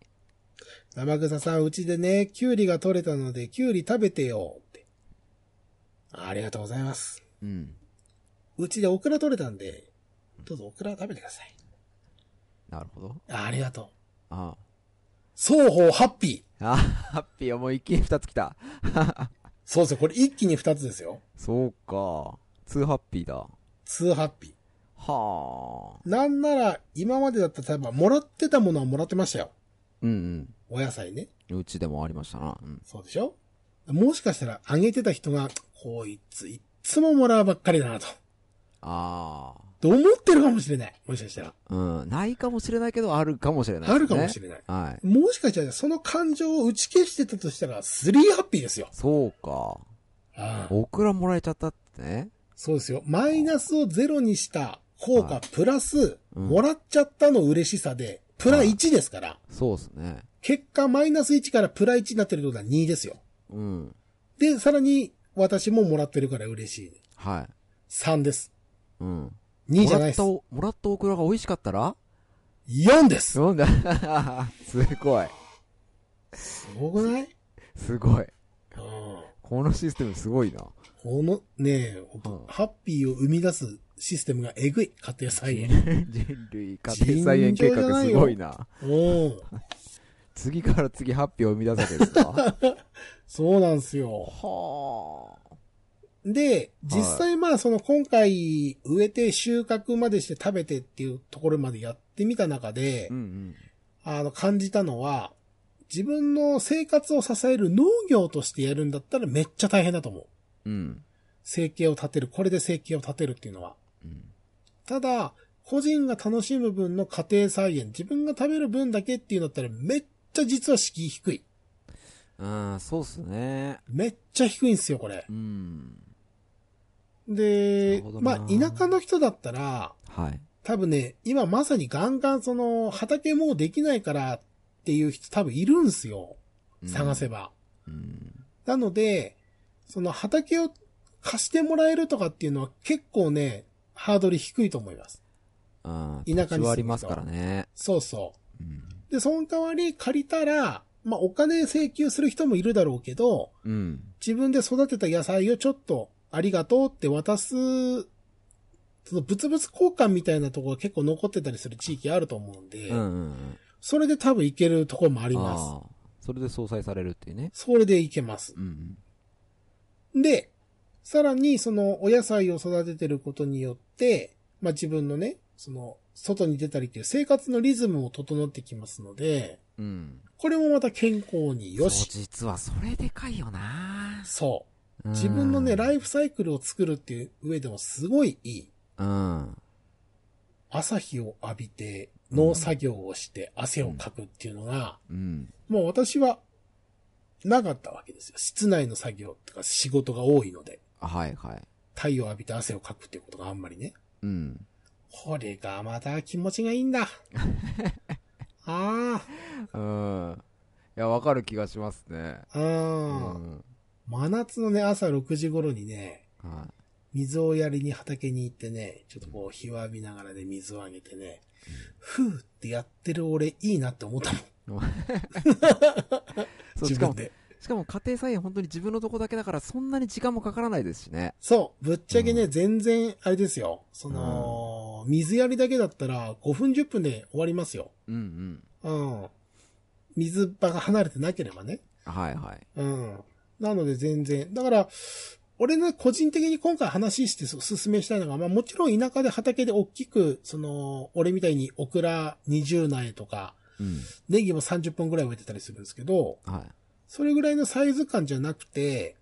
A: 生臭さん、うちでね、キュウリが取れたので、キュウリ食べてよって。ありがとうございます。
B: うん。
A: うちでオクラ取れたんで、どうぞオクラ食べてください。
B: なるほど。
A: あありがとう。
B: ああ。
A: 双方ハッピー。
B: あー ハッピーはもう一気に二つ来た。
A: そうですよ。これ一気に二つですよ。
B: そうか。ツーハッピーだ。は
A: ツーハッピ
B: あ。
A: ー。なんなら、今までだったら、例えば、もらってたものはもらってましたよ。
B: うん
A: お野菜ね。
B: うん。うちでもありましたな。うん。
A: そうでしょもしかしたら、あげてた人が、こいつ、いっつももらうばっかりだなと。
B: あ
A: と思ってるかもしれない。もしかしたら。
B: あ。うん。ないかもしれないけど、あるかもしれない、
A: あるかもしれない。
B: ない。はい。
A: もしかしたら、その感情を打ち消してたとしたら、スリーハッピーですよ。
B: そうか。
A: ああ
B: オクラもらえちゃったってね。
A: そうですよ。マイナスをゼロにした効
B: は
A: 果
B: い、
A: プラス、
B: うん
A: もらっちゃったの嬉しさで、プラ
B: はい
A: 1ですから、
B: そうっすね。
A: 結果マイナス1からプラ1になってるってことは2ですよ。
B: うん。
A: で、さらに、私ももらってるから嬉しい。
B: はい。
A: 3です。
B: うん。
A: 2じゃないです。
B: もらったお、もらったオクラが美味しかったら
A: 4です。
B: 飲んだ。すごい。
A: すごくない
B: すご
A: う
B: い。
A: ん。
B: このシステムすごいな。
A: この、ねえ、ほん
B: う
A: と
B: ん
A: ハッピーを生み出すシステムがえぐい。家庭菜園。
B: 人類家庭菜園計
A: 尋常じゃ
B: 画
A: ない
B: す
A: よ
B: ごいな。
A: うん。
B: 次から次ハッピーを生み出すわけですかは
A: そうなんですよ。
B: あ。
A: で、実際まあその今回植えて収穫までして食べてっていうところまでやってみた中で、
B: うんうん。
A: あの感じたのは、自分の生活を支える農業としてやるんだったらめっちゃ大変だと思う。
B: うん。
A: 生計を立てる、これで生計を立てるっていうのは。
B: うん。
A: ただ、個人が楽しむ分の家庭菜園、自分が食べる分だけっていうんだったらめっちゃ実は敷居低い。
B: うん、そうっすね。
A: めっちゃ低いんですよ、これ。
B: うん。なる
A: で
B: ほど、
A: ま
B: な
A: あ田舎の人だったら、
B: はい。
A: 多分ね、今まさにガンガンその畑もうできないからっていう人多分いるんすよ。
B: うん
A: 探せ。ば。
B: うん。
A: なので、その畑を貸してもらえるとかっていうのは結構ね、ハードル低いと思います。
B: あ
A: 田舎に住む人
B: 田舎にありますからね。
A: そうそ
B: うん。
A: う。で、その代わり借りたら、まあお金請求する人もいるだろうけど、
B: うん。
A: 自分で育てた野菜をちょっとありがとうって渡す、その物々交換みたいなところが結構残ってたりする地域あると思うんで、
B: うんうんうん。
A: それで多分いけるところもあります。
B: ああ。それで相殺されるっていうね。
A: それでいけます。
B: うん
A: で、さらにそのお野菜を育ててることによって、まあ自分のね、その外に出たりっていう生活のリズムを整ってきますので、
B: うん。うん。
A: これもまた健康によし。
B: そう実はそれでかいよな
A: そう。自分のね、ライフサイクルを作るっていう上でもすごいいい。
B: うん。
A: 朝日を浴びて、農作業をして汗をかくっていうのが、
B: うん。
A: もう私はなかったわけですよ。室内の作業とか仕事が多いので。
B: はいはい。
A: 太陽を浴びて汗をかくっていうことがあんまりね。
B: うん。
A: これがまた気持ちがいいん だ。あ
B: うん。いや、わかる気がしますね。
A: あ、う。
B: うんん。
A: 真夏のね、朝6時頃にね、
B: は
A: 水をやりに畑に行ってね、ちょっとこう日を浴びながらで水をあげてね、ふーってやってる俺いいなって思ったもん。
B: い。そう
A: 自
B: しか
A: 分
B: も
A: で。
B: しかも家庭菜園本当に自分のとこだけだからそんなに時間もかからないですしね
A: そう、ぶっちゃけね、
B: うん
A: 全然、あれですよ。その、水やりだけだったら5分10分で終わりますよ。
B: うんうん
A: うん。水場が離れてなければね。
B: はいはい
A: うん。なので全然。だから、俺ね、個人的に今回話してお勧めしたいのが、まあもちろん田舎で畑で大きく、その、俺みたいにオクラ20苗とか、
B: うん
A: ネギも30本ぐらい植えてたりするんですけど、
B: はい
A: それぐらいのサイズ感じゃなくて、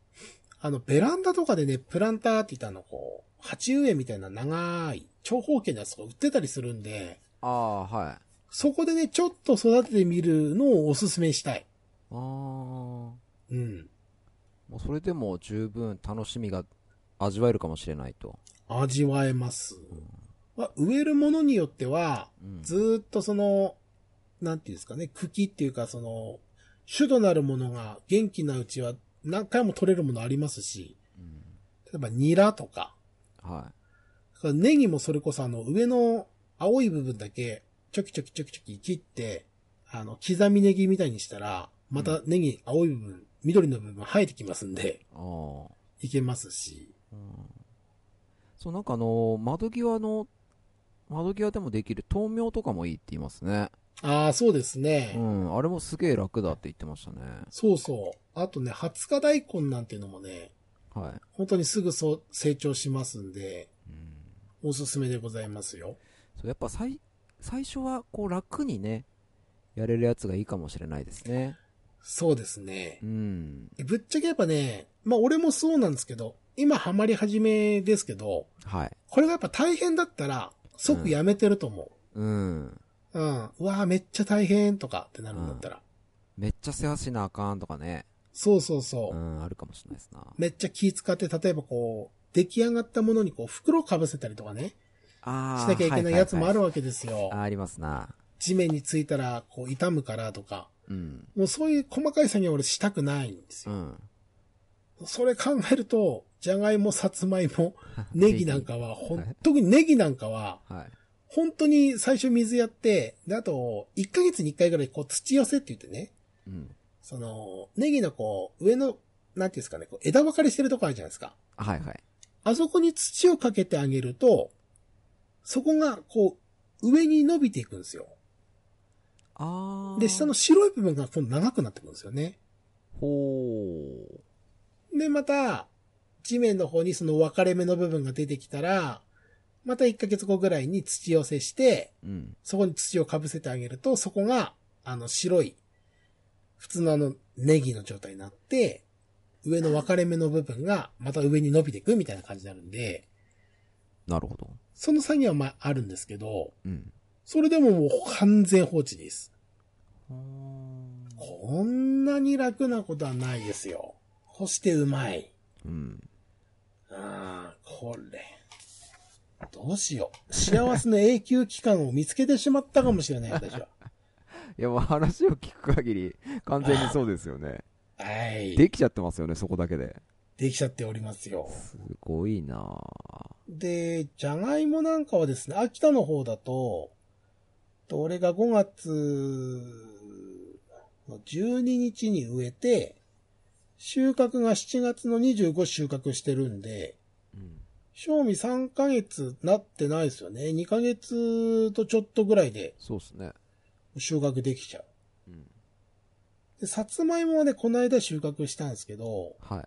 A: あの、ベランダとかでね、プランターって言ったの、こう、鉢植えみたいな長い長方形のやつが売ってたりするんで、
B: ああはい
A: そこでね、ちょっと育ててみるのをおすすめしたい。
B: ああも
A: うん。
B: うそれでも十分楽しみが味わえるかもしれないと、
A: 味わえます。
B: うん
A: まあ、植えるものによっては、
B: うん
A: ずーっとその、なんていうんですかね、茎っていうかその、主となるものが元気なうちは何回も取れるものありますし、
B: うん
A: 例えばニラとか、
B: は
A: ネギもそれこそあの上の青い部分だけちょきちょきちょきちょき切って、あの、刻みネギみたいにしたら、またネギ青い部分、緑の部分生えてきますんで、
B: いああ
A: いけますし。
B: うんそうなんかあの窓際の窓際でもできる豆苗とかもいいって言いますね
A: ああ、そうです
B: う
A: ね。
B: んあれもすげえ楽だって言ってましたね
A: そうそう。あとね、二十日大根なんていうのもね、
B: はい、
A: 本当にすぐそう成長しますんで、
B: うん、
A: おすすめでございますよ。
B: そうやっぱ最最初はこう楽にねやれるやつがいいかもしれないですね
A: そうですね
B: う。ん
A: ぶっちゃけやっぱね、まあ俺もそうなんですけど、今ハマり始めですけど、
B: はい
A: これがやっぱ大変だったら、即やめてると思
B: うん
A: う。うん。うわあめっちゃ大変とかってなるんだったら。
B: めっちゃ世話しなあかんとかね
A: そうそうそうう。
B: んあるかもしれないですな
A: めっちゃ気使って、例えばこう、出来上がったものにこう、袋をかぶせたりとかね、
B: ああ
A: しなきゃいけないやつもある
B: わ
A: わけですよ。
B: ありますな
A: 地面についたら、こう、傷むからとか。
B: うん
A: もうそういう細かい作業は俺したくないんです
B: う
A: よ。
B: ん
A: それ考えると、じゃがいも、さつまいも、 ネギなんかは、ほん、特にネギなんかは、
B: はい
A: 本当に最初水やって、であと、1ヶ月に1回ぐらいこう土寄せって言ってね、
B: うん
A: その、ネギのこう、上の、なんていうんですかね、こう枝分かれしてるとこあるじゃないですか。
B: はいはい
A: あそこに土をかけてあげると、そこがこう、上に伸びていくんですよ。
B: ああ
A: で、下の白い部分が今度長くなってくるんですよね。
B: ほう
A: で、また、地面の方にその分かれ目の部分が出てきたら、また1ヶ月後ぐらいに土寄せして、
B: うん
A: そこに土をかぶせてあげると、そこが、あの、白い、普通のあの、ネギの状態になって、上の分かれ目の部分が、また上に伸びていくみたいな感じになるんで、
B: なるほど
A: その作業はまあ、あるんですけど、
B: うん
A: それでももう完全放置です。
B: うん
A: こんなに楽なことはないですよ。干してうまい。
B: うん
A: ああ、これ。どうしよう。幸せの永久期間を見つけてしまったかもしれない、私は。
B: いやもう話を聞く限り完全にそうですよね
A: はい。
B: できちゃってますよねそこだけで
A: できちゃっておりますよ。
B: すごいなあ
A: で、じゃがいもなんかはですね、秋田の方だと、と俺が5月の12日に植えて、収穫が7月の25収穫してるんで、
B: うん
A: 賞味3ヶ月なってないですよね。2ヶ月とちょっとぐらいで
B: そうっすね
A: 収穫できちゃう。
B: うん
A: で、さつまいもはね、この間収穫したんですけど、
B: はい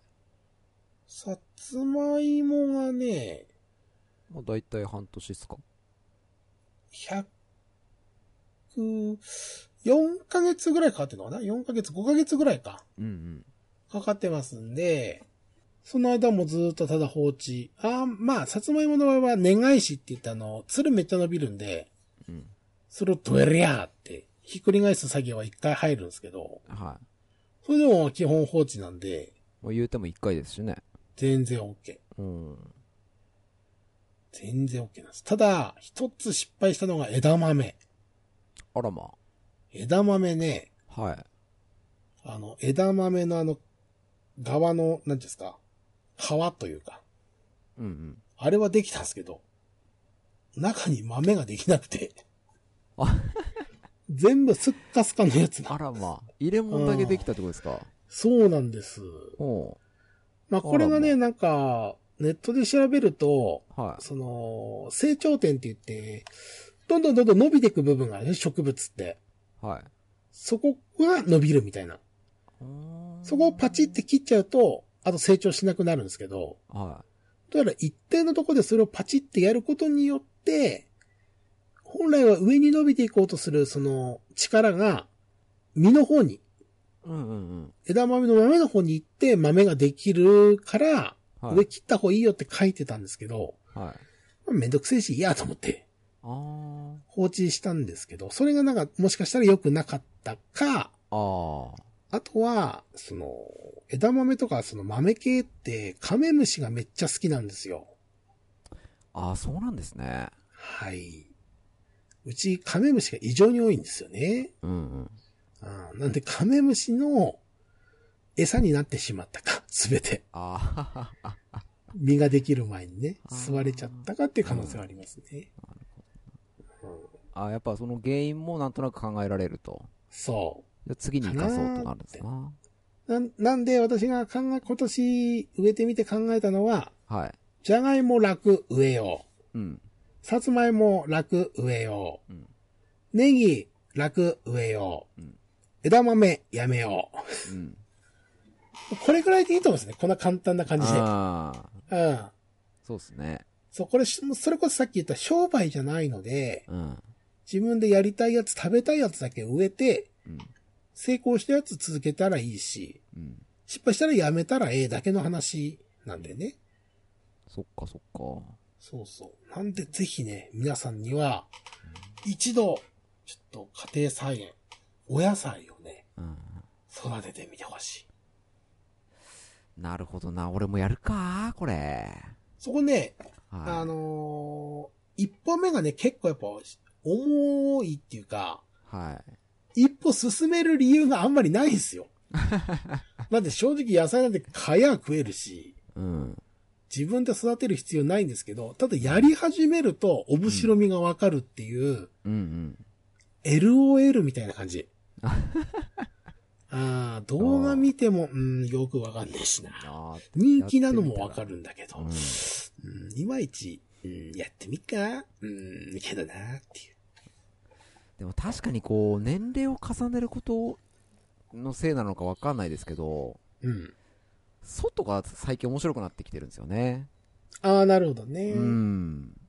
A: さつまいもがね、
B: まあ大体半年っすか
A: 100、4ヶ月ぐらいかかってるのかな ?4 ヶ月、5ヶ月ぐらいか。
B: うんうん
A: かかってますんで、その間もずっとただ放置。あーまあ、さつまいもの場合は、根返しって言ってあの、つるめっちゃ伸びるんで、
B: うん
A: それをどえりゃーって、ひっくり返す作業は一回入るんですけど、
B: はい
A: それでも基本放置なんで、
B: もう言うても1回ですしね
A: 全然 OK。
B: うん
A: 全然 OK なんです。ただ、一つ失敗したのが枝豆。
B: あらま
A: 枝豆ね、
B: あはい
A: あの、枝豆のあの、側の、なんていうんですか、皮というか、
B: うんうん
A: あれはできたんですけど、中に豆ができなくて。
B: あ
A: 全部スッカスカのやつだ。
B: あらまあ、入れ物だけできたってことですか。
A: そうなんです。
B: おう
A: まあ、これが
B: あ
A: ね、なんか、ネットで調べると、
B: はい。
A: その、成長点って言って、どんどんどんどん伸びていく部分があるね、植物って。
B: はい。
A: そこが伸びるみたいな。そこをパチって切っちゃうと、あと成長しなくなるんですけど、
B: は
A: どうやら一定のところでそれをパチってやることによって、本来は上に伸びていこうとするその力が、実の方に、
B: い。うんうんうん。
A: 枝豆の豆の方に行って豆ができるから、
B: はい。
A: 上切った方がいいよって書いてたんですけど、
B: はい。
A: まあめんどくせえし、いやと思って
B: あー
A: 放置したんですけど、それがなんか、もしかしたら良くなかったか、
B: あー。
A: あとは、その、枝豆とかその豆系ってカメムシがめっちゃ好きなんですよ。
B: ああ、そうなんですね。
A: はい。うちカメムシが異常に多いんですよね。
B: うんうん。
A: あーなんでカメムシの餌になってしまったか、 すべて。
B: ああ、
A: 実ができる前にね、
B: あー
A: 吸われちゃったかっていう可能性はありますね。
B: あーやっ ぱその原因もなんとなく考えられると。
A: そ
B: じゃあ次に生かそうとなるんですな。
A: う。なんなんで私が考え、今年植えてみて考えたのは、
B: はい。
A: じゃがいも楽植えよう。
B: うん。
A: さつまいも楽植えよう。
B: うん
A: ネギ楽植えよう。
B: うん
A: 枝豆やめよ
B: うん。
A: う。これくらいでいいと思うんですね。こんな簡単な感じで。
B: ああ、
A: うん。
B: そうっすね。
A: そう、これ、しそれこそさっき言った商売じゃないので、
B: うん。
A: 自分でやりたいやつ、食べたいやつだけ植えて、
B: うん。
A: 成功したやつ続けたらいいし、
B: うん。
A: 失敗したらやめたらええだけの話なんでね。
B: そっかそっか。
A: そうそう。なんで、ぜひね、皆さんには、一度、ちょっと家庭菜園、お野菜をね、
B: うん。
A: 育ててみてほしい。
B: なるほどな。俺もやるかこれ。
A: そこね、あ
B: は
A: のー一歩目がね、結構やっぱ、重いっていうか、
B: い。は
A: 一歩進める理由があんまりないんです よ。だって正直野菜なんて蚊や食えるし、
B: い。うん。
A: 自分で育てる必要ないんですけど、ただやり始めると面白みがわかるっていう、
B: うんうん。
A: LOL みたいな 感じ。ああ、動画見ても、うん、よくわかんないしな。
B: あー
A: 人気なのもわかるんだけど、
B: う
A: う
B: ん。
A: ん、いまいち、うん、やってみっかうん、けどなーっていう。
B: でも確かにこう、年齢を重ねることのせいなのかわかんないですけど、
A: うん。
B: 外が最近面白くなってきてるんですよね。
A: ああ、なるほどね。
B: うん。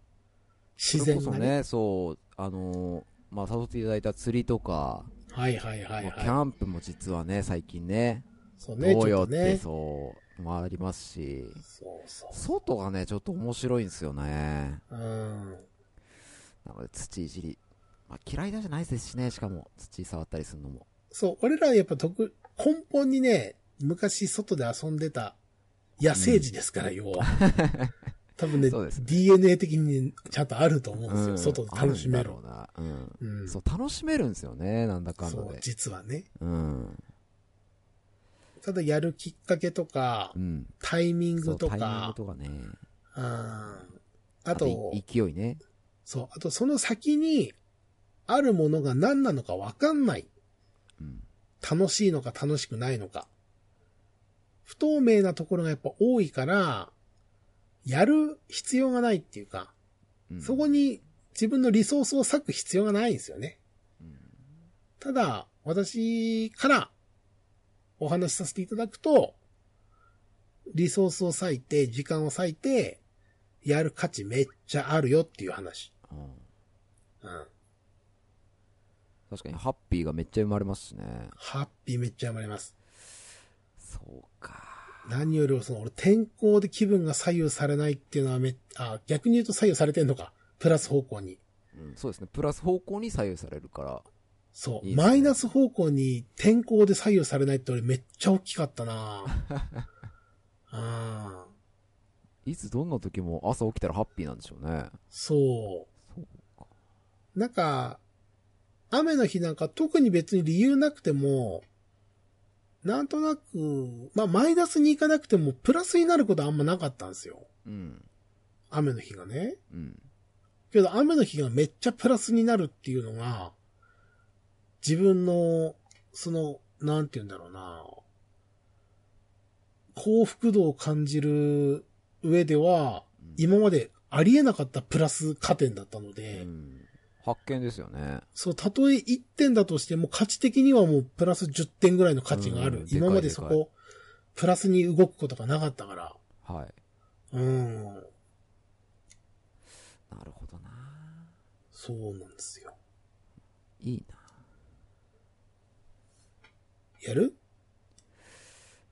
A: 自
B: それ
A: 然
B: こそ
A: がね。
B: ね、そう、あのーまあ、誘っていただいた釣りとか、
A: はいはいはい
B: まあキ
A: は
B: ャンプも実はね、最近ね、
A: い。そうね、ち
B: どう
A: ょ
B: よ
A: っ
B: っ
A: と
B: て
A: ね。
B: そう、もありますし、
A: そうそう。
B: 外がね、ちょっと面白いんですよね。
A: うん。
B: なので、土いじり。まあ、嫌いだじゃないですしね、しかも、土触ったりするのも。
A: そう、俺らやっぱ特、根本にね、昔外で遊んでた野生児ですから、 要は。多分ね
B: そうですね
A: DNA 的にちゃんとあると思うんですよ。
B: うん
A: 外で楽しめ
B: あ
A: る
B: ん。だろうな。うん。
A: うん。
B: そう、楽しめるんですよね、なんだかん
A: そ
B: だ
A: う
B: で、。
A: 実はね。
B: うん。
A: ただやるきっかけとか
B: う、ん。
A: タイミン
B: そ
A: グ
B: う、
A: と
B: タイミン
A: か
B: グ、とかね。
A: うん。あ
B: あ
A: と、
B: い勢いね。
A: そう、あとその先にあるものが何なのかわかんない。
B: うん。
A: 楽しいのか楽しくないのか。不透明なところがやっぱ多いから、やる必要がないっていうか、
B: うん
A: そこに自分のリソースを割く必要がないんですよね。
B: うん
A: ただ、私からお話しさせていただくと、リソースを割いて、時間を割いて、やる価値めっちゃあるよっていう話。
B: うん
A: うん。
B: 確かにハッピーがめっちゃ生まれますしね
A: ハッピーめっちゃ生まれます。
B: そうか
A: 何よりもその、俺、天候で気分が左右されないっていうのはめ、あ、逆に言うと左右されてんのか。プラス方向に。
B: うんそうですねプラス方向に左右されるから
A: そう。
B: いいですね
A: マイナス方向に天候で左右されないって俺めっちゃ大きかった なああ。
B: いつどんな時も朝起きたらハッピーなんでしょうね
A: そ
B: そうか
A: う。なんか、雨の日なんか特に別に理由なくても、なんとなく、まあ、マイナスに行かなくても、プラスになることはあんまなかったんですよ。
B: うん
A: 雨の日がね。
B: うん
A: けど雨の日がめっちゃプラスになるっていうのが、自分の、その、なんて言うんだろうな、幸福度を感じる上では、
B: うん
A: 今までありえなかったプラス加点だったので、
B: うん発見ですよね。
A: そう、たとえ1点だとしても価値的にはもうプラス10点ぐらいの価値がある。
B: うん
A: 今まで
B: で
A: そ
B: かい
A: こ、プラスに動くことがなかったから。
B: はい。
A: うん。
B: なるほどな。
A: そうなんですよ。
B: いいな。
A: やる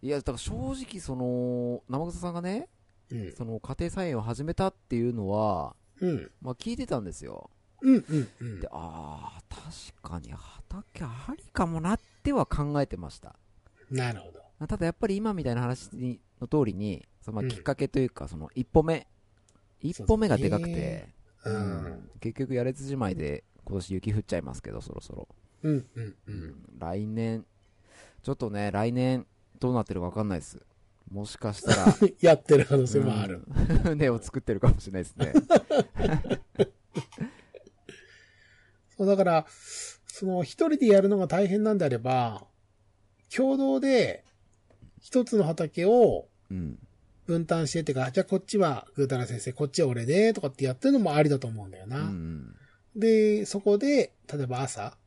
B: いや、だから正直、その、生草さんがね、
A: うん。
B: その家庭菜園を始めたっていうのは、
A: うん。
B: まあ聞いてたんですよ。
A: うんうんうん
B: で、。あー、確かに畑ありかもなっては考えてました。
A: なるほど。
B: ただやっぱり今みたいな話にの通りに、そのま
A: う
B: あ
A: ん
B: きっかけというか、その一歩目、一歩目がでかくて、
A: うん。
B: 結局やれずじまいで今年雪降っちゃいますけど、そろそろ。
A: うんうんうん。
B: 来年、ちょっとね、来年どうなってるか分かんないです。もしかしたら、
A: やってる 可能性もある。
B: うん。 根を作ってるかもしれないで すね。
A: そう、だから、その、一人でやるのが大変なんであれば、共同で、一つの畑を
B: うん。
A: 分担してってか、じゃあこっちはぐーたら先生、こっちは俺で、とかってやってるのもありだと思うんだよ
B: う
A: な。
B: ん。
A: で、そこで、例えば朝、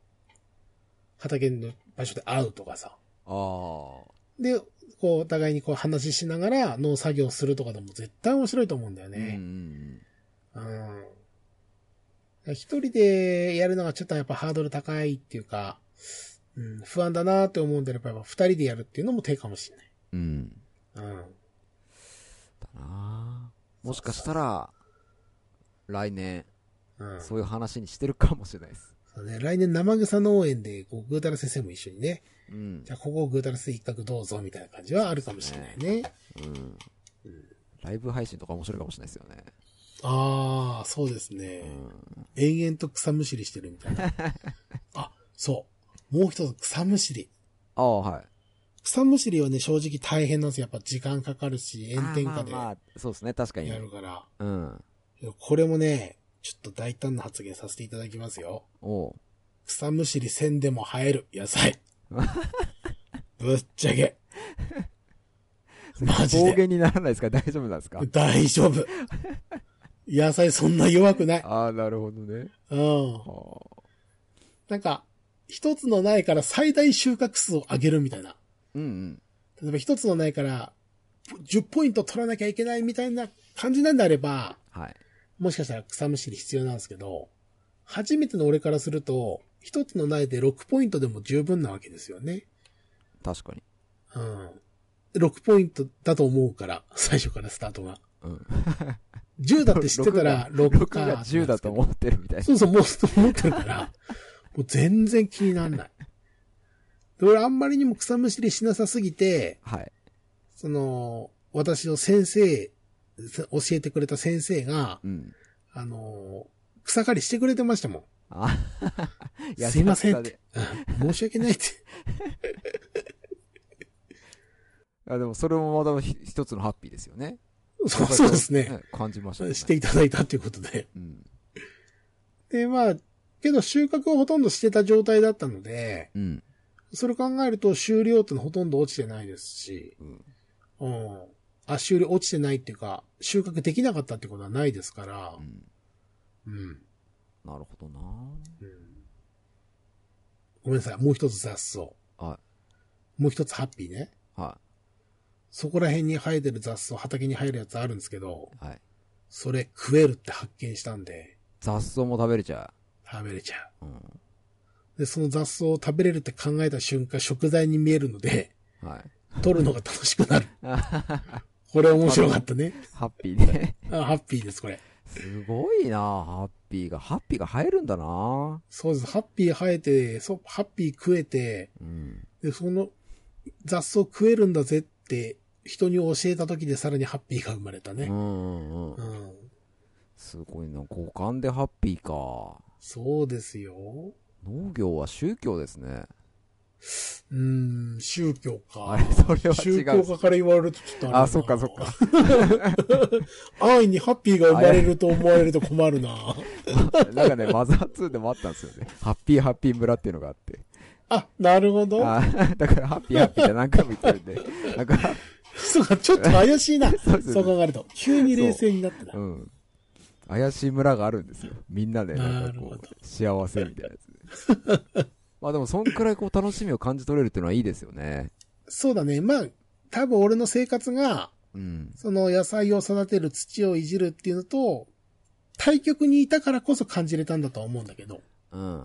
A: 畑の場所で会うとかさ。
B: ああ。
A: で、こう、お互いにこう話ししながら農作業するとかでも絶対面白いと思うんだよ
B: うんうんう
A: ね。
B: ん。
A: うん。一人でやるのがちょっとやっぱハードル高いっていうか、うん、不安だなって思うんであれば、やっぱ二人でやるっていうのも手かもしれ
B: うん。
A: ない。うん。
B: だなあもしかしたら、来年、
A: うん。
B: そういう話にしてるかもしれないです。
A: そうね、来年生草農園で、こう、ぐーたら先生も一緒にね、
B: うん
A: じ。ゃあここをぐーたら先生一角どうぞみたいな感じはあるかもしれないね。
B: うん。ライブ配信とか面白いかもしれないですよね。
A: ああ、そうですね。
B: うん。
A: 延々と草むしりしてるみたい な。あ、そう。もう一つ草むしり。
B: ああ、はい。
A: 草むしりはね、正直大変なんですよ。やっぱ時間かかるし、炎天下で
B: あーまあまあそうですね、確かに
A: や。るから。
B: うん。
A: これもね、ちょっと大胆な発言させていただきますよ。
B: おう。
A: 草むしりせんでも生える野菜。ぶっちゃけ。マジ
B: 暴
A: で。
B: 言にならないですか 大丈夫なんですか
A: 大丈夫。野菜そんな弱くない。
B: ああ、なるほどね。
A: うん
B: あ。ー
A: なんか、一つの苗から最大収穫数を上げるみたいな。
B: うんうん。
A: 例えば一つの苗から10ポイント取らなきゃいけないみたいな感じなんであれば、
B: はい。
A: もしかしたら草むしり必要なんですけど、初めての俺からすると、一つの苗で6ポイントでも十分なわけですよね。
B: 確かに。
A: うん。6ポイントだと思うから、最初からスタートが。
B: うん。
A: 10だって知ってた ら6
B: 6
A: か。
B: が10だと思ってるみたいな。
A: そうそう、もう思ってるから、もう全然気にならない。で俺あんまりにも草むしりしなさすぎて、
B: はい。
A: その、私の先生、せ教えてくれた先生が、
B: うん。
A: あの、草刈りしてくれてましたもん。
B: あ
A: すいません
B: 優
A: っ
B: しさで
A: て。うん申し訳ないって。
B: あでもそれもまたひ一つのハッピーですよね。
A: そう そうですね。。
B: 感じましたね。
A: していただいたということで。
B: うん。
A: で、まあ、けど収穫をほとんどしてた状態だったので、
B: うん。
A: それ考えると収量ってのはほとんど落ちてないですし、
B: うん。
A: うん。あ、収量落ちてないっていうか、収穫できなかったってことはないですから
B: う、ん
A: うん。
B: なるほどな
A: うんごめんなさい。もう一つ雑草。
B: は
A: もう一つハッピーね。
B: は
A: そこら辺に生えてる雑草、畑に生えるやつあるんですけど、
B: い。はい。
A: それ食えるって発見したんで、
B: 雑草も食べれちゃ
A: 食べれちゃ
B: う。うん。
A: う。で、その雑草を食べれるって考えた瞬間、食材に見えるので、
B: はい。
A: 取るのが楽しく なる。
B: ハ
A: これ面白かったね。
B: ッピーね。
A: あハッピーです、これ。
B: すごいなハッピーが。ハッピーが入るんだな
A: そうです。ハッピー生えて、そう、ハッピー食えて、
B: うん。
A: で、その雑草食えるんだぜって、人に教えた時でさらにハッピーが生まれた
B: うん
A: ね。
B: うんう。
A: うんん。
B: すごいな五感でハッピーか。
A: そうですよ。
B: 農業は宗教ですね。
A: うーん、宗教か。
B: あれ、それは違
A: 宗
B: う。
A: 教家から言われるとちょっとれだな
B: あ、そっかそっか。。
A: 安易にハッピーが生まれると思われると困るな。
B: なんかね、マザー2でもあったんですよね。ハッピーハッピー村っていうのがあって。
A: あ、なるほど。
B: あーだから、ハッピーハッピーって何回も言ってるんで、なんか、
A: そうか、ちょっと怪しいな。
B: そうです
A: そう考えると。急に冷静になってた
B: う。ん。怪しい村があるんですよ。みんなで、な
A: な
B: んかこ
A: るほど
B: う、幸せみたいなやつで まあでも、そんくらいこう、楽しみを感じ取れるっていうのはいいですよね。
A: そうだね。まあ、多分俺の生活が、
B: うん。
A: その野菜を育てる土をいじるっていうのと、対局にいたからこそ感じれたんだとは思うんだけど。
B: うん。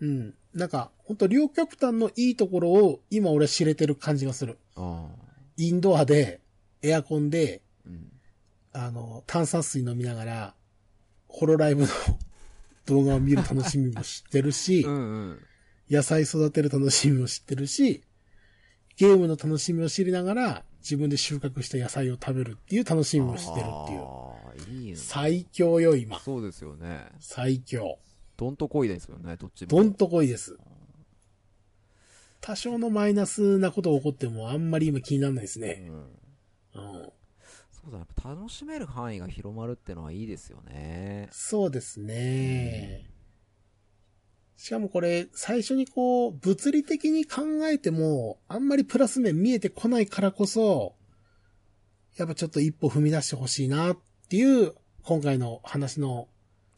A: うん。なんか、ほんと両極端のいいところを今俺は知れてる感じがする。
B: ああ。
A: インドアで、エアコンで、
B: うん。
A: あの、炭酸水飲みながら、ホロライブの 動画を見る楽しみも知ってるし、
B: うんうん。
A: 野菜育てる楽しみも知ってるし、ゲームの楽しみを知りながら、自分で収穫した野菜を食べるっていう楽しみも知ってるっていう。
B: ああ、いいよね。
A: 最強よ、今。
B: そうですよね。
A: 最強。
B: どんとこいですよね、どっちも。
A: どんとこいです。多少のマイナスなことが起こっても、あんまり今気にならないです
B: う
A: ね。
B: ん。
A: うん。
B: そうだね。やっぱ楽しめる範囲が広まるってのはいいですよね。
A: そうですね。しかもこれ、最初にこう、物理的に考えても、あんまりプラス面見えてこないからこそ、やっぱちょっと一歩踏み出してほしいなっていう、今回の話の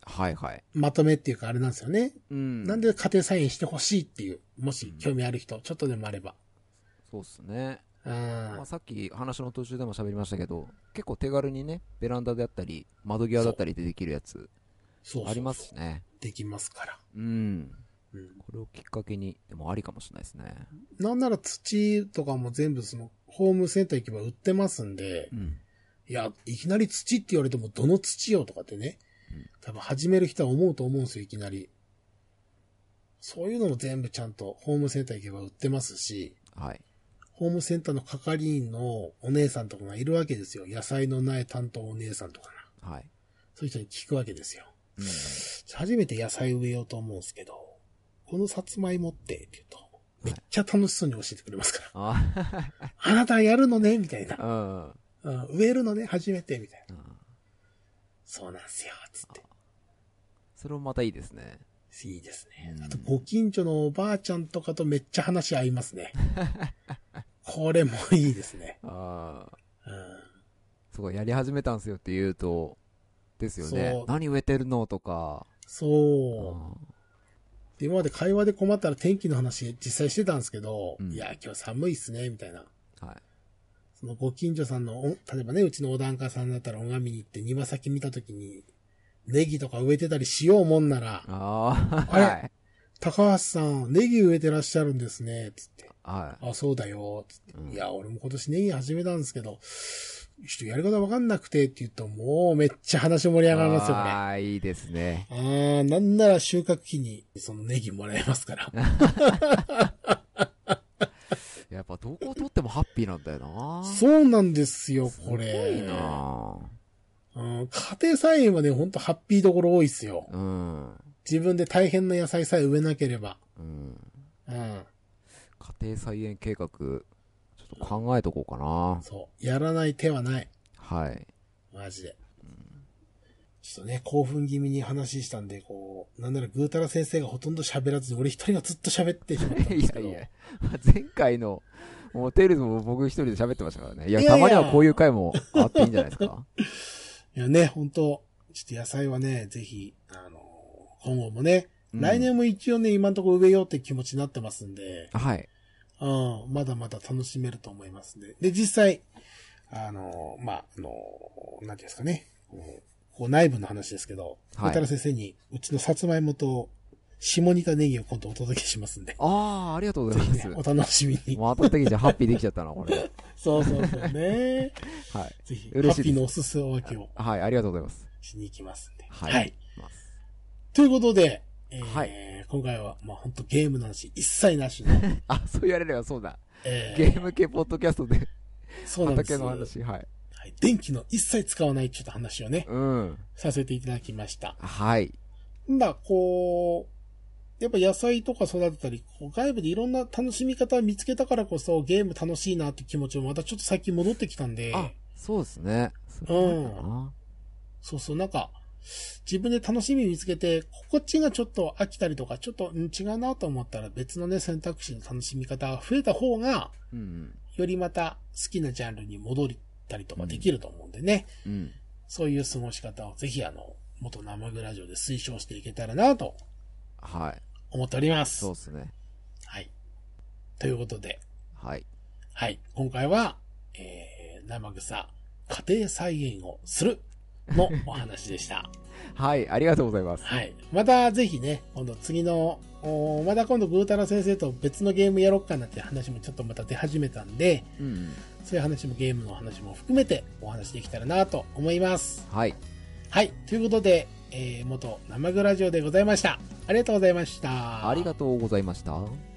B: はいはい。
A: まとめっていうかあれなんですよね。
B: うん。
A: なんで家庭菜園してほしいっていう、もし興味ある人、ちょっとでもあれば。
B: そうっすね。
A: うん。
B: まあ、さっき話の途中でも喋りましたけど、結構手軽にね、ベランダであったり、窓際だったりでできるやつ、
A: そうそうそう
B: ありますしね。
A: できますから。
B: うん。
A: うん。
B: これをきっかけに、でもありかもしれないですね。
A: なんなら土とかも全部その、ホームセンター行けば売ってますんで、
B: うん。
A: いや、いきなり土って言われても、どの土よとかってね
B: うん、
A: 多分始める人は思うと思うんですよ、いきなり。そういうのも全部ちゃんとホームセンター行けば売ってますし、
B: はい。
A: ホームセンターの係員のお姉さんとかがいるわけですよ。野菜の苗担当お姉さんとかな。
B: はい。
A: そういう人に聞くわけですよ。
B: うん。
A: 初めて野菜植えようと思うんですけど、このさつまいもってって言うと、めっちゃ楽しそうに教えてくれますから。
B: あ
A: あなたやるのねみたいな。
B: うん。うん
A: うん植えるのね初めてみたいな。そうなんすよ、つって。
B: それもまたいいですね。
A: いいですね
B: う。ん
A: あと、ご近所のおばあちゃんとかとめっちゃ話合います ね。これもいいですね。
B: ああ。
A: うん、
B: すごい、やり始めたんすよって言うと、ですよね
A: そう。
B: 何植えてるのとか。
A: そうう。で今まで会話で困ったら天気の話実際してたんですけど、
B: うん
A: いや、今日寒いっすね、みたいな。
B: んはい。
A: そのご近所さんのお、例えばね、うちのお檀家さんだったら拝みに行って庭先見た時に、ネギとか植えてたりしようもんなら、
B: ああ。
A: あれ
B: はい。
A: 高橋さん、ネギ植えてらっしゃるんですね、つって。
B: は
A: あ、そうだよ、つって。
B: うん
A: いや、俺も今年ネギ始めたんですけど、ちょっとやり方わかんなくてって言うと、もうめっちゃ話盛り
B: い。
A: 上がりますよ、これ。あ
B: ああ、いいですね。
A: ー、なんなら収穫期にそのネギもらえますから。
B: やっぱどこを取ってもハッピーなんだよな。
A: そうなんですよ、これ。
B: すごいな
A: うん、家庭菜園はね、ほんとハッピーどころ多いっすよ。
B: うん。
A: 自分で大変な野菜さえ植えなければ。
B: うん。
A: うん。
B: 家庭菜園計画、ちょっと考えとこうかな。
A: そう。やらない手はない。
B: はい。
A: マジで。ちょっとね、興奮気味に話したんで、こう、なんならぐうたら先生がほとんど喋らずに、俺一人がずっと喋ってしまったんで
B: い
A: す
B: や
A: けど。
B: いや、前回の、もうテールズも僕一人で喋ってましたからね。いや、
A: いや
B: た
A: いや
B: まにはこういう回もあっていいんじゃないですか。
A: いやね、本当ちょっと野菜はね、ぜひ、あの今後もね、
B: うん
A: 来年も一応ね、今んところ植えようって気持ちになってますんで、
B: はい。
A: うん、まだまだ楽しめると思いますんで。で、実際、あのまあ、あのなんていうんですかね、こうこう内部の話ですけど、
B: は
A: 小
B: い
A: 太郎先生に、うちのさつまいもと、下仁田ネギを今度お届けしますんで、
B: ああ、ありがとうございます
A: ね。お楽しみ に。
B: また的じゃハッピーできちゃったな、これ。
A: そうそうそうね。
B: はい。
A: ぜひ、ハ
B: 嬉しいです
A: ッピーのおすす分けを
B: はい、ありがとうございます。
A: しに行きますんで。
B: はい。
A: はい
B: ます
A: ということで、えー
B: はい
A: 今回は、まあ、本当ゲームの話、一切なし の、
B: あ、そう言われればそうだ。
A: えー
B: ゲーム系ポッドキャストで、
A: そうなんです
B: 畑の話、はい。
A: はい。電気の一切使わないちょっと話をね、
B: うん。
A: させていただきました。
B: はい。
A: んだ、こう、やっぱ野菜とか育てたり、こう外部でいろんな楽しみ方を見つけたからこそ、ゲーム楽しいなって気持ちもまたちょっと最近戻ってきたんで、
B: あ、そうですね。そうなんだな。
A: そうそう、なんか、自分で楽しみ見つけて、こっちがちょっと飽きたりとか、ちょっとうん違うなと思ったら別のね、選択肢の楽しみ方が増えた方が、
B: うん
A: よりまた好きなジャンルに戻ったりとかできると思うんでね、
B: うんうん
A: そういう過ごし方をぜひあの、元生グラジオで推奨していけたらなと
B: はい
A: 思っております。
B: そうっすね
A: はい。ということで、
B: はい
A: はい。今回は、えー、生草、家庭菜園をする のお話でした。
B: はいありがとうございます
A: はい。またぜひね、今度次の、おまた今度グータラ先生と別のゲームやろっかなって話もちょっとまた出始めたんで、
B: うんうん
A: そういう話もゲームの話も含めてお話できたらなと思います。
B: はい
A: はい。ということで、えー、元生グラジオでございました。ありがとうございました。
B: ありがとうございました